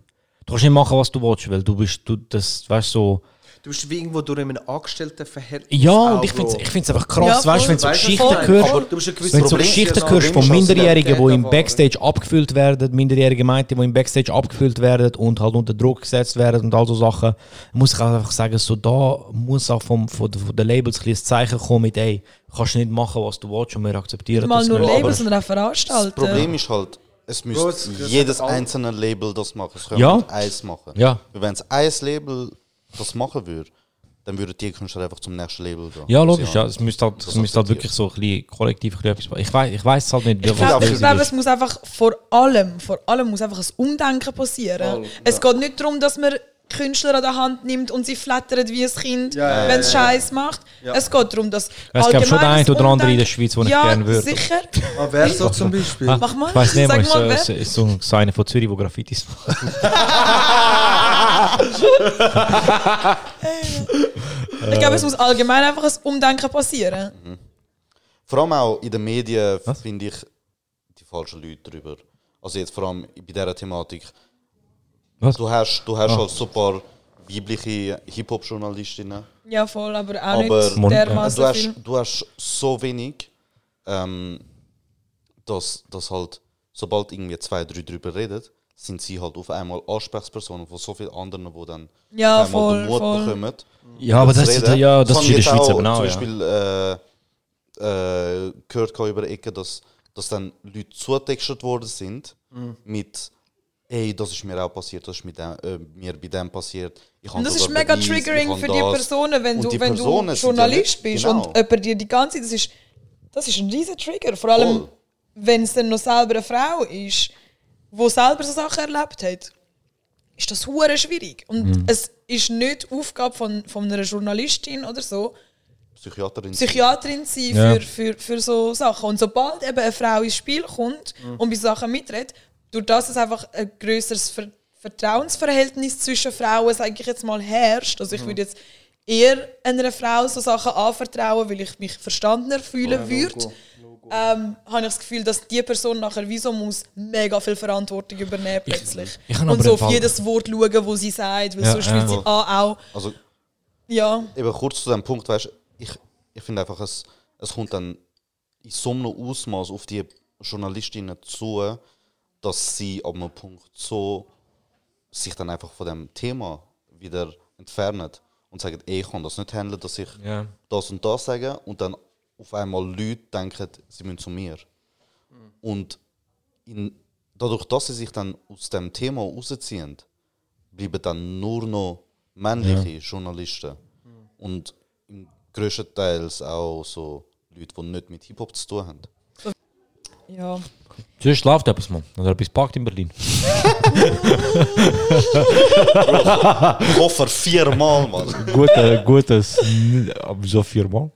kannst nicht machen, was du willst, weil du bist, du, das, weißt du, so,
Du bist wie irgendwo durch einen Angestelltenverhältnis.
ja, und ich finde es ich find's einfach krass,
Dus Ja,
weißt du, wenn du so
voll.
Geschichten
Weißt du,
hörst,
voll. Aber du hast ein gewisses
wenn du so
Problem,
Geschichten
genau.
hörst von
Windschutz-
Minderjährigen, die im
Identität
Backstage abgefüllt werden, minderjährige Mädchen, die im Backstage abgefüllt werden und halt unter Druck gesetzt werden und all so Sachen, muss ich halt einfach sagen, so da muss auch vom, von, von den Labels ein bisschen ein Zeichen kommen mit, ey, kannst du nicht machen, was du willst und wir akzeptieren
Nicht mal
das
nur
nicht.
Labels, sondern auch
Das
Veranstalter.
Problem ist halt, es müsste
Bro, es- das
jedes
hat alles-
einzelne Label das machen. Es
Ja.
ja. nicht eins machen.
Ja.
Weil Wenn es ein Label das machen würde, dann würden die Künstler einfach zum nächsten Label gehen.
Ja, logisch,
Sie
ja, dus es
haben-
müsste halt, es müsste halt wirklich so ein bisschen kollektiv ein bisschen etwas Ich weiß ich weiß halt nicht,
Ich
was dus-
Ich glaube,
das
ich glaube,
ist.
es muss einfach vor allem, vor allem muss einfach ein Umdenken passieren.
Voll,
es geht nicht darum, dass man Künstler an der Hand nimmt und sie flattert wie ein Kind,
Ja, ja,
wenn es
ja, ja.
Scheiß macht.
Ja.
Es geht darum, dass
Es gab schon den
allgemeines
einen oder anderen in der
Umdenken-
Schweiz, den
ja,
ich gerne würde.
sicher.
Ah, wer so zum Beispiel?
Ah,
Mach mal.
Ich weiß nicht,
Sag
mal, ist,
mal,
äh,
wer?
ist, ist so, so einer von Zürich, der Graffitis macht.
Ich glaube, es muss allgemein einfach ein Umdenken passieren.
Vor allem auch in den Medien finde ich die falschen Leute drüber. Also jetzt vor allem bei dieser Thematik. Du hast, du hast
Ah.
halt so ein paar weibliche Hip-Hop-Journalistinnen.
Ja, voll, aber auch
aber
nicht dermaßen
du, hast,
Ah, viel.
du hast so wenig, ähm, dass, dass halt, sobald irgendwie zwei, drei drüber reden, sind sie halt auf einmal Ansprechpersonen von so vielen anderen, die dann
Ja,
auf einmal den
voll,
Mut
voll.
bekommen.
Ja, aber
zu
das ist-
reden.
ja, das
haben
ist in der
jetzt
Schweiz
auch
eben auch,
Zum
ja.
Beispiel äh, äh, gehört gehabt über Ecke, dass, dass dann Leute zutextet worden sind
Mhm.
mit Ey, das ist mir auch passiert, das ist mit dem, äh, mir bei dem passiert. Ich hab
Und das
sogar
ist mega
Beweis, ich
triggering
hab
für
das.
die Personen, wenn
Und
du,
die
wenn du
Personen sind ja
Journalist
nicht-
bist
genau.
und jemand dir die ganze Zeit, das ist, das ist ein riesen Trigger. Vor allem,
Voll.
wenn es dann noch selber eine Frau ist, die selber so Sachen erlebt hat, ist das hure schwierig. Und
Mhm.
es ist nicht Aufgabe von, von einer Journalistin oder so,
Psychiaterin.
Psychiaterin zu sein
Ja.
für, für, für so Sachen. Und sobald eben eine Frau ins Spiel kommt
Mhm.
und bei Sachen mitredet, durch das es einfach ein größeres Ver Vertrauensverhältnis zwischen Frauen, sage ich jetzt mal, herrscht. Also ich
Mhm.
würde jetzt eher einer Frau so Sachen anvertrauen, weil ich mich verstandener fühlen
Ja,
würde.
Logo,
Ähm, habe ich das Gefühl, dass die Person nachher wieso muss mega viel Verantwortung übernehmen plötzlich.
ich habe
und
aber
so
im
auf
Fall-
jedes Wort schauen, wo sie sagt, weil
Ja,
sonst
ja.
will sie A auch.
Also
Ja.
eben kurz zu dem Punkt, weißt du, ich, ich finde einfach, es, es kommt dann in so einem Ausmaß auf die Journalistinnen zu, dass sie ab einem Punkt so sich dann einfach von dem Thema wieder entfernen und sagen, ey, ich kann das nicht handeln, dass ich
Ja.
das und das sage und dann auf einmal Leute denken, sie müssen zu mir. Und in, dadurch, dass sie sich dann aus dem Thema rausziehen, bleiben dann nur noch männliche Journalisten. Und im grössten Teil auch so Leute, die nicht mit Hip-Hop zu tun haben.
ja.
Sonst läuft etwas, Mann. Oder etwas parkt in Berlin.
Koffer viermal, Mann.
Gute, gutes. Aber so viermal.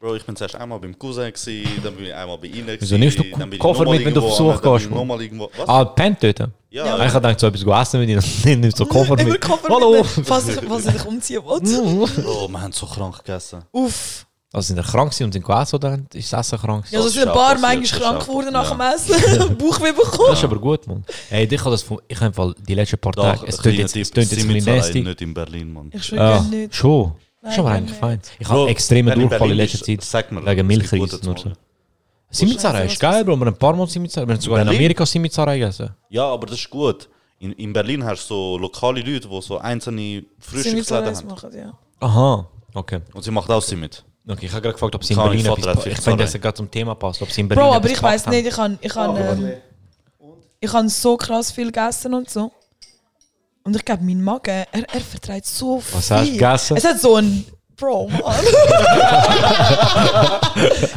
Bro, ich bin zuerst einmal beim Cousin, gewesen, dann bin ich einmal bei Ihnen.
Wieso
gewesen,
nimmst du
dann bin ich
Koffer
noch mal
mit, wenn du auf
irgendwo,
Besuch
dann bin ich
gehst?
noch
Mann?
mal irgendwo. Was?
Ah, pennt dort?
Ja.
Ah, Ich dachte, so etwas zu essen mit ihnen. Nimm nimmst so Koffer
Über
mit.
Koffer
Hallo! Mm-hmm.
mitnehmen, Falls ich, falls ich dich umziehen will.
Bro, wir haben so krank gegessen.
Uff.
Also sind sie krank gewesen und sind gegessen oder ist das Essen krank?
Ja, so sind ein paar manchmal krank geworden nach dem
*laughs*
*laughs* Essen. Bauchweh bekommen.
Das ist aber gut, Mann. Ey, ich habe das von, ich habe im Fall die letzten paar
Doch,
Tage, es tönt
ein kleiner
jetzt, es
Tipp,
tönt jetzt ein
sind wir
bisschen
zu
nasty.
allein, nicht in Berlin, Mann.
Ich
schwöre
Ah,
nicht.
Schon.
Nein,
schon aber
nein,
eigentlich
nein.
fein. Ich
Bro,
habe extreme
wenn in
Durchfall in
Berlin
letzter
ist,
Zeit.
sag mir,
wegen
es gibt
Milchreis.
gute
nur so.
Zahlen.
Simizara ist geil, Bro. Wir haben ein paar Mal Simizara. Wir haben sogar in
Berlin?
Amerika Simizara gegessen.
Ja, aber das ist gut. In, in Berlin hast du so lokale Leute, die so einzelne Frühstücksläden haben.
machen, ja.
Aha, okay.
Und sie macht auch sie mit.
Okay, ich habe gerade gefragt, ob sie in
Kann
Berlin
ich Vater
etwas...
hat
Ich
Sorry.
finde, dass es gerade zum Thema passt, ob sie in Berlin
Bro, aber
etwas
ich weiß
gepackt
nicht, ich habe ich han,
Oh,
ähm, ich han so krass viel gegessen und so. Und ich glaube, mein Magen, er, er verträgt so viel.
Was hast du gegessen?
Es hat so ein
*laughs*
Bro, *laughs* Mann.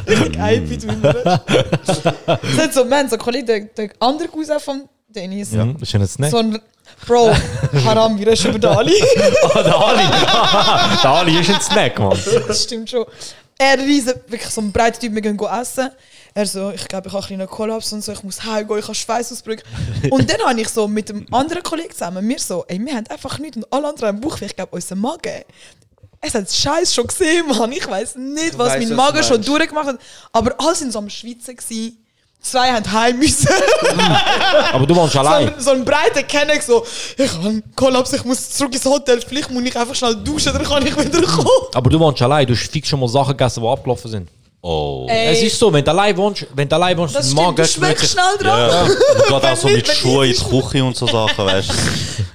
Richtig einbeit, wenn
*laughs*
Es hat so, man, so Kollege, der, der andere Cousin von Dennis.
Ja, das ist ein Snack.
So ein,
*laughs*
Bro, Haram, wir reden über den Ali.
Ah, der Ali! der Ali ist ein Snack, Mann.
*laughs* Das stimmt schon. Er riesen, wirklich so ein breiter Typ, wir gehen go essen. Er so, ich glaube, ich habe einen kleinen Kollaps und so, ich muss heimgehen, ich
*laughs*
habe Schweißausbrüche. und dann habe ich so mit einem anderen Kollegen zusammen, wir so, ey, wir haben einfach nichts und alle anderen haben Bauchweh, ich glaube, unser Magen. Es hat Scheiß schon gesehen, Mann. Ich weiß nicht,
Ich
was
weiss,
mein
was
Magen
du
schon
meinst.
durchgemacht hat. Aber alle sind so am Schweizen. Gewesen. Zwei haben heim müssen.
Aber du warst allein.
*laughs* So, ein- so einen breiten Kenneck, so, ich habe einen Kollaps, ich muss zurück ins Hotel, vielleicht muss ich einfach schnell duschen, dann kann ich wieder kommen.
Aber du wohnst allein, du hast fix schon mal Sachen gegessen, die abgelaufen sind. Oh.
Ey.
Es ist so, wenn du allein wohnst, wenn du allein wohnst,
Das
im
stimmt, du
ist
schmeckst
wirklich-
schnell dran.
Ja, gerade auch so
Wenn
mit
nicht,
Schuhen in die Küche und so Sachen, weißt du?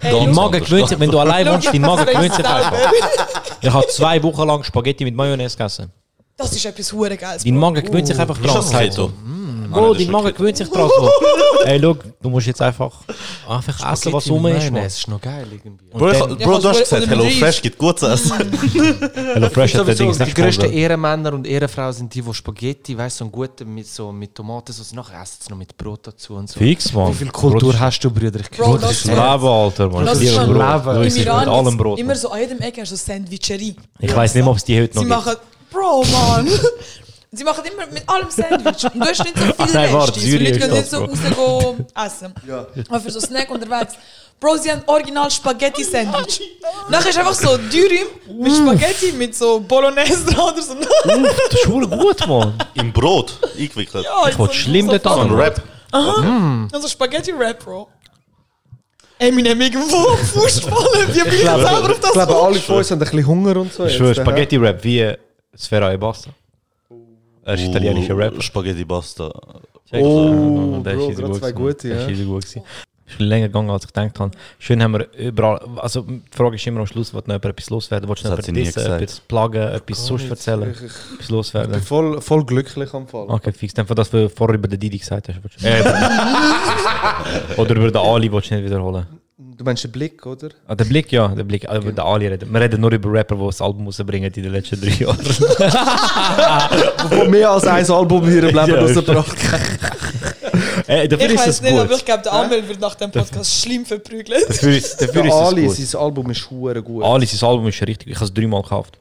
Dein Magen gewöhnt sich, wenn du allein wohnst, dein Magen
*laughs* Das
gewöhnt sich
ist
einfach. Ich habe zwei Wochen lang Spaghetti mit Mayonnaise gegessen.
Das ist etwas hure Geiles.
Dein
Bro.
Magen gewöhnt sich einfach
Ist
dran.
das Keto?
Bro, dein Magen gewöhnt sich dran. *laughs* So. Ey, schau, du musst jetzt einfach, einfach essen, was rum ist. Mann.
Das ist noch geil irgendwie.
Bro, ich-
Ja,
Bro, du hast
oder-
gesagt,
oder
Hello
Reis.
Fresh gibt gutes Essen.
Hello Fresh hat den
Sowieso,
Dings
die
nicht
größten
gesponsert.
Ehrenmänner und Ehrenfrauen sind die, die Spaghetti, weißt du, so einen guten mit, so, mit Tomatensauce, nachher essen sie noch mit Brot dazu und so.
Fix, Mann.
Wie viel Kultur
Brot-
hast du, Brüder? Ich
Bro,
glaub,
das
das
ist
ist
Leben, Alter, Mann.
Das
Ich
ist
liebe
schon
Leben.
Brot. Du
Im
isst mit
Iran
allem
ist
Brot.
immer so an jedem Eck hast du so Sandwicherie.
Ich weiss nicht, ob es die heute
Sie
noch gibt.
machen, Bro, Mann. *laughs* Sie machen immer mit allem Sandwich. Und du hast nicht so viel
Ach *laughs* nein,
Reste.
warte,
Die
Syrien
Leute gehen nicht
ist
so
das, *laughs*
raus go essen. Aber für so Snack unterwegs. Bro, sie haben
*laughs*
original Spaghetti-Sandwich. Nachher ist einfach so Dürüm mit Spaghetti mit so Bolognese dran oder so. *laughs*
Das ist schon gut, Mann.
*laughs* Im Brot eingewickelt.
Ja,
Ich wollte
so-
schlimm
so
dort
Ein
an.
Rap.
Also Spaghetti-Rap, Bro. Eminem irgendwo am Fuß fallen. Die bringen selber auf das
Ich glaube,
Wort.
alle von uns haben ein bisschen Hunger und so.
Ich schwöre, Spaghetti-Rap wie äh, Sfera e Basta. Er ist italienischer Rap.
Spaghetti Pasta.
Oh, der
Bro,
ist
gerade
gut.
zwei
gewesen.
gute,
Der
ja.
ist gut gewesen. Ist länger gegangen, als ich gedacht habe. Schön haben wir überall. Also, die Frage ist immer am Schluss, wird noch jemand etwas nou loswerden? Willst du noch
Das hat sie
jemand
nie
dissen,
gesagt.
etwas pluggen, etwas sonst erzählen? Etwas
Ich bin
loswerden?
voll, voll glücklich am Fall.
Okay, fix. Dann, dass du vorher über den Didi gesagt hast. willst du- Äh, *laughs* über- Oder über den Ali, willst du nicht wiederholen?
Du meinst den Blick, oder?
Ah, der Blick, ja, der Blick. Aber der Ali reden. Wir reden nur über Rapper, die das Album rausbringen in den letzten drei Jahren.
Wo mehr als ein Album in ihrem Leben
Ja.
rausgebracht
Ey, dafür
Ich
ist
weiß
es
nicht, aber
gut.
ich glaube, der Amel wird nach dem Podcast schlimm verprügelt.
Dafür ist, dafür
Der
ist
Ali,
es gut.
sein Album ist hure gut.
Ali, sein Album ist richtig. Ich habe es dreimal gekauft.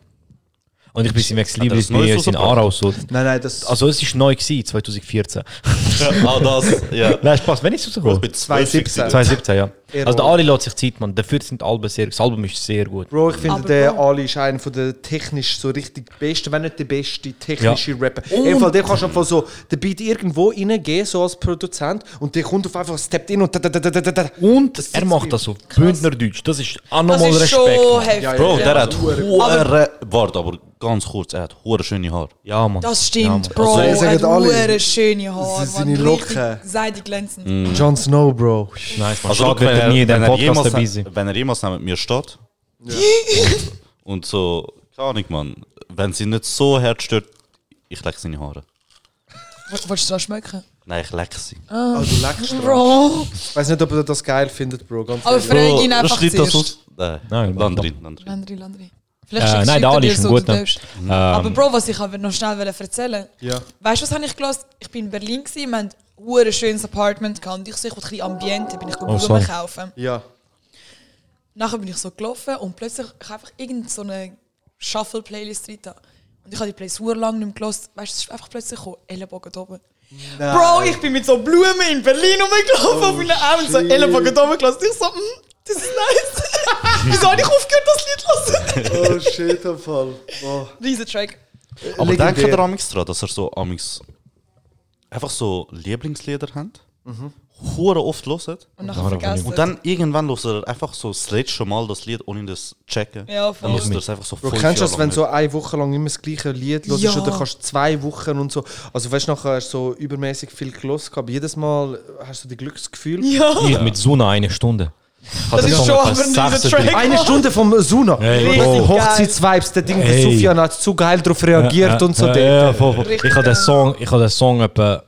Und ich bin im Ex Libris
das Neues
bei uns in
rausgebracht?
Aarau. So.
Nein, nein, das also,
Also, es war neu, gewesen, 2014.
*laughs* Ah, das. Ja.
Nein, Spaß, wenn ich es rausgekommen
Mit
2017.
2017, ja.
Eher
Also, der
wohl.
Ali lässt sich Zeit, man. Dafür sind die Alben sehr. Das Album ist sehr gut.
Bro, ich finde,
Aber
der
Bro.
Ali ist einer von den technisch so richtig besten, wenn nicht der beste technische Rapper. Jedenfalls, der kannst du einfach so den Beat irgendwo reingehen, so als Produzent, und der kommt auf einfach, steppt in und da, da, da, da, da, da.
Und
Das
er
ist
macht das auf Bündnerdeutsch. Das ist
Das
anormal
ist
Respekt.
schon
Mann.
heftig.
Bro, der
ja. also
hat hure... Warte, aber ganz kurz, er hat hure schöne Haare.
Ja, Mann.
Das stimmt, Bro.
Also, ihr
Er
sagt
hat
alle,
hure schöne Haare.
sie sind in Locken.
Seide glänzend.
Mm.
Jon Snow, Bro.
Nice, man.
Also,
Schade,
look, wenn
wird er
er,
nie in
wenn,
diesem
er
Podcast
jemals,
dabei sein.
wenn er jemals neben mir steht und, und so, keine Ahnung, Mann, wenn sie nicht so hart stört, ich leck seine Haare.
Woll- Wolltest du das schmecken?
Nein, ich leck sie.
Oh, du leckst dran.
Bro.
Ich weiß nicht, ob du das geil findest, Bro. Ganz
Aber
ehrlich.
frag ihn einfach
schneid das
zuerst.
aus. Nein,
Nein,
dann drin, dann drin.
Landry, Landry.
Äh,
Vielleicht schickst
nein,
du
der Ali
dir
ist ein
so,
guter. Ähm.
du darfst. Aber Bro, was ich aber noch schnell wollte erzählen
Ja.
Weißt du, was habe ich gelesen? Ich bin in Berlin, gewesen, wir hatten ein hure schönes Apartment gehabt und ich so, ich wollte ein bisschen Ambiente, bin ich
Oh,
gegangen,
sorry.
kaufen.
Ja.
Nachher bin ich so gelaufen und plötzlich ich hab einfach irgendeine so eine Shuffle-Playlist drin. Und ich habe die Playlist sehr lange nicht mehr gehört. Weißt du, es ist einfach plötzlich gekommen, Ellenbogen da oben. Bro, ich bin mit so Blumen in Berlin rumgelaufen auf meinen Armen, so Ellenbogen da oben gelassen. Ich so, mm, das ist nice. Wieso habe ich aufgehört, das Lied zu hören?
*laughs* Oh, shit, am Fall. Oh.
Riesen Track.
Aber
Legendär.
denkt ihr amigs dran, dass er so amigs einfach so Lieblingslieder hat,
Mhm.
hure oft loset
Und nachher vergessen.
und dann irgendwann loset er einfach so das letzte Mal das Lied, ohne das zu checken.
Ja, voll.
Dann loset er es einfach so
Bro,
fünf
kennst du das,
Jahre
wenn
lang
so eine Woche lang immer das gleiche Lied hörst
Ja.
oder kannst zwei Wochen und so? Also weißt du, nachher hast du so übermäßig viel gelost gehabt. Jedes Mal hast du die Glücksgefühl.
ja,
Ich mit Suna eine Stunde. Ich hab
das ist
Song
schon
etwa
aber ein riesen
36
Track.
Eine Stunde vom Suna.
Ey,
Oder
Bro.
die Hochzeitsvibes, der Ding, der
Ey.
Sufjan hat zu geil drauf reagiert und so.
Ja,
dort.
ja, voll, voll.
Richtig
Ich habe den
geil.
Song, ich habe den Song eh, etwa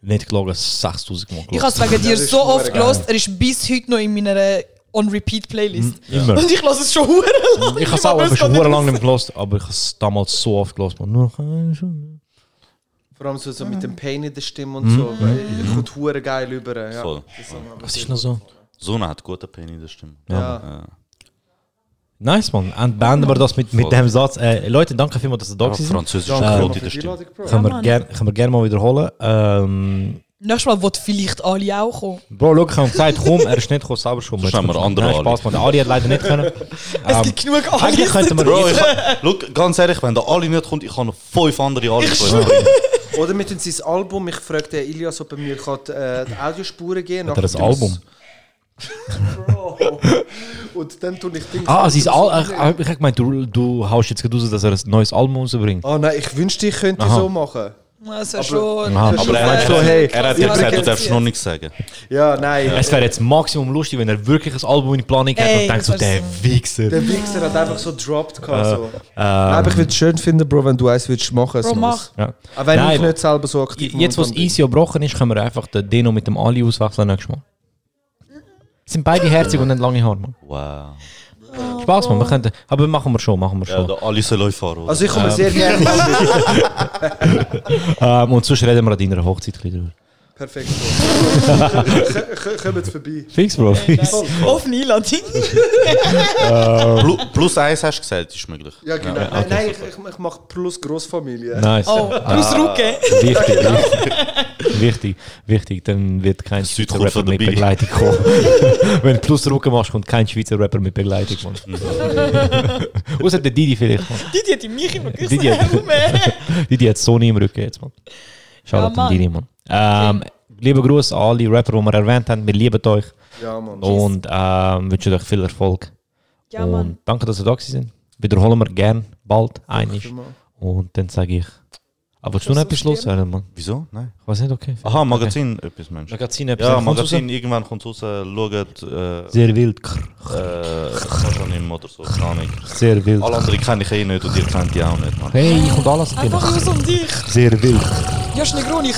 nicht gelogen, 6000 Mal
Ich habe
gelogen.
es wegen dir so oft gelost, er ist bis heute noch in meiner On-Repeat-Playlist.
Mhm.
*laughs*
Immer.
Und ich lasse es schon hure lange.
Ich habe es auch aber schon verdammt lange nicht mehr gelost, aber ich habe es damals so oft gelost. man. Nur noch eine Stunde.
Vor allem so, so mit dem Pain in der Stimme und
Mhm.
so. Weil, kommt hure geil über. Ja.
Voll.
Das ist-
nou Was ist noch so?
Sona hat gute Pain in der Stimme.
Ja.
Ja.
Nice, Mann. Und beenden wir das mit, mit dem Satz. Äh, Leute, danke vielmals, dass ihr da
Ja,
gewesen seid.
Französisch ist
Ähm,
Brot in der Stimme.
Können
Ja,
wir
Mann.
gerne gern mal wiederholen. Ähm,
Nächstes Mal wird vielleicht alle auch kommen.
Bro, schau, ich habe gesagt, komm, er ist nicht gekommen, selber schon.
Sonst haben wir andere
Nein, Spaß, Mann. Der Ari hat leider nicht können. Ähm,
Genug
eigentlich könnten wir...
Bro, ich kann, look, ganz ehrlich, wenn der Ali nicht kommt, ich kann noch fünf andere Ali bringen.
Oder mit uns sein Album. Ich frage den Ilias, ob er mir grad, äh, die Audiospuren geben
Hat er
Nachher
ein Album?
Bro. Und dann tue ich Dings.
Ah, es ist all, ich, ich hab gemeint, du, du haust jetzt gerade raus, dass er ein neues Album rausbringt.
Ah, nein, ich wünschte, ich könnte
Aha.
so machen.
Das wäre schon.
Aha.
Das ist
Aber er
schon
hat,
so, hey.
er hat
Ja,
dir gesagt, du
organisiert.
darfst noch nichts sagen.
Ja, nein.
Es wäre jetzt Maximum lustig, wenn er wirklich ein Album in die Planung hat
Ey,
und denkt so,
das wär
der Wichser.
Der Wichser hat einfach so dropped. gehabt, so.
Ähm,
Nein, Aber ich würde es schön finden, Bro, wenn du eins würdest machen.
Bro,
so.
mach.
ja.
Auch wenn
Nein,
ich nicht selber so aktiv
Jetzt, wo das
momentan bin.
Eis ja gebrochen ist, können wir einfach den Dino mit dem Ali auswechseln nächstes Mal. Sind beide herzig und nicht lange Haare, Mann.
Wow.
Spaß, Mann. Wir könnten, aber machen wir schon, machen wir
Ja,
schon.
der Ali soll euch fahren. oder?
Also ich komme sehr
*laughs*
gerne mal mit.
ähm, und sonst reden wir an deiner Hochzeit ein bisschen drüber.
Perfekt. Bro. Kommt vorbei.
Fix, Bro, fix.
Offene Einladung.
Plu- Plus eins hast du gesagt, ist möglich.
Ja, genau.
Ja,
nein,
okay,
nein ich,
super.
ich, ich mache plus Großfamilie.
Nice. Äh,
Oh, plus Rucke.
Wichtig, wichtig, wichtig, wichtig. Dann wird kein
Süd
Schweizer
kommt
Rapper
von
mit
dabei.
Begleitung kommen. *laughs* Wenn du plus Rucke machst, kommt kein Schweizer Rapper mit Begleitung. Mann. Außer der Didi vielleicht. Mann.
Die, die hat die mich immer geküsst.
Didi hat- *laughs* Didi hat Sony im Rücken jetzt. Mann. Schade
Ja,
an
Mann.
Didi, Mann. Ähm, liebe Grüße an alle Rapper, die wir erwähnt haben. Wir lieben euch
Ja, Mann.
und ähm, wünschen euch viel Erfolg.
Ja, Mann.
und danke, dass ihr da gewesen sind. Wiederholen wir gern bald einig.
Mann.
Und dann sage ich. Aber willst du noch etwas loswerden, Mann?
Wieso? Nein.
Ich weiß nicht, okay.
Aha, Magazin, etwas Mensch.
Magazin etwas.
Ja,
Kommt's raus?
Magazin, irgendwann kommt raus, äh, schaut, äh,
Sehr wild. krr,
äh, was auch immer oder so, keine Ahnung.
Sehr wild.
Alle anderen kenne ich eh nicht und ihr kennt die auch nicht, Mann.
Hey, ich
Ah,
und alles
Einfach
kennen.
nur so um dich.
Sehr wild.
Josh Negroni.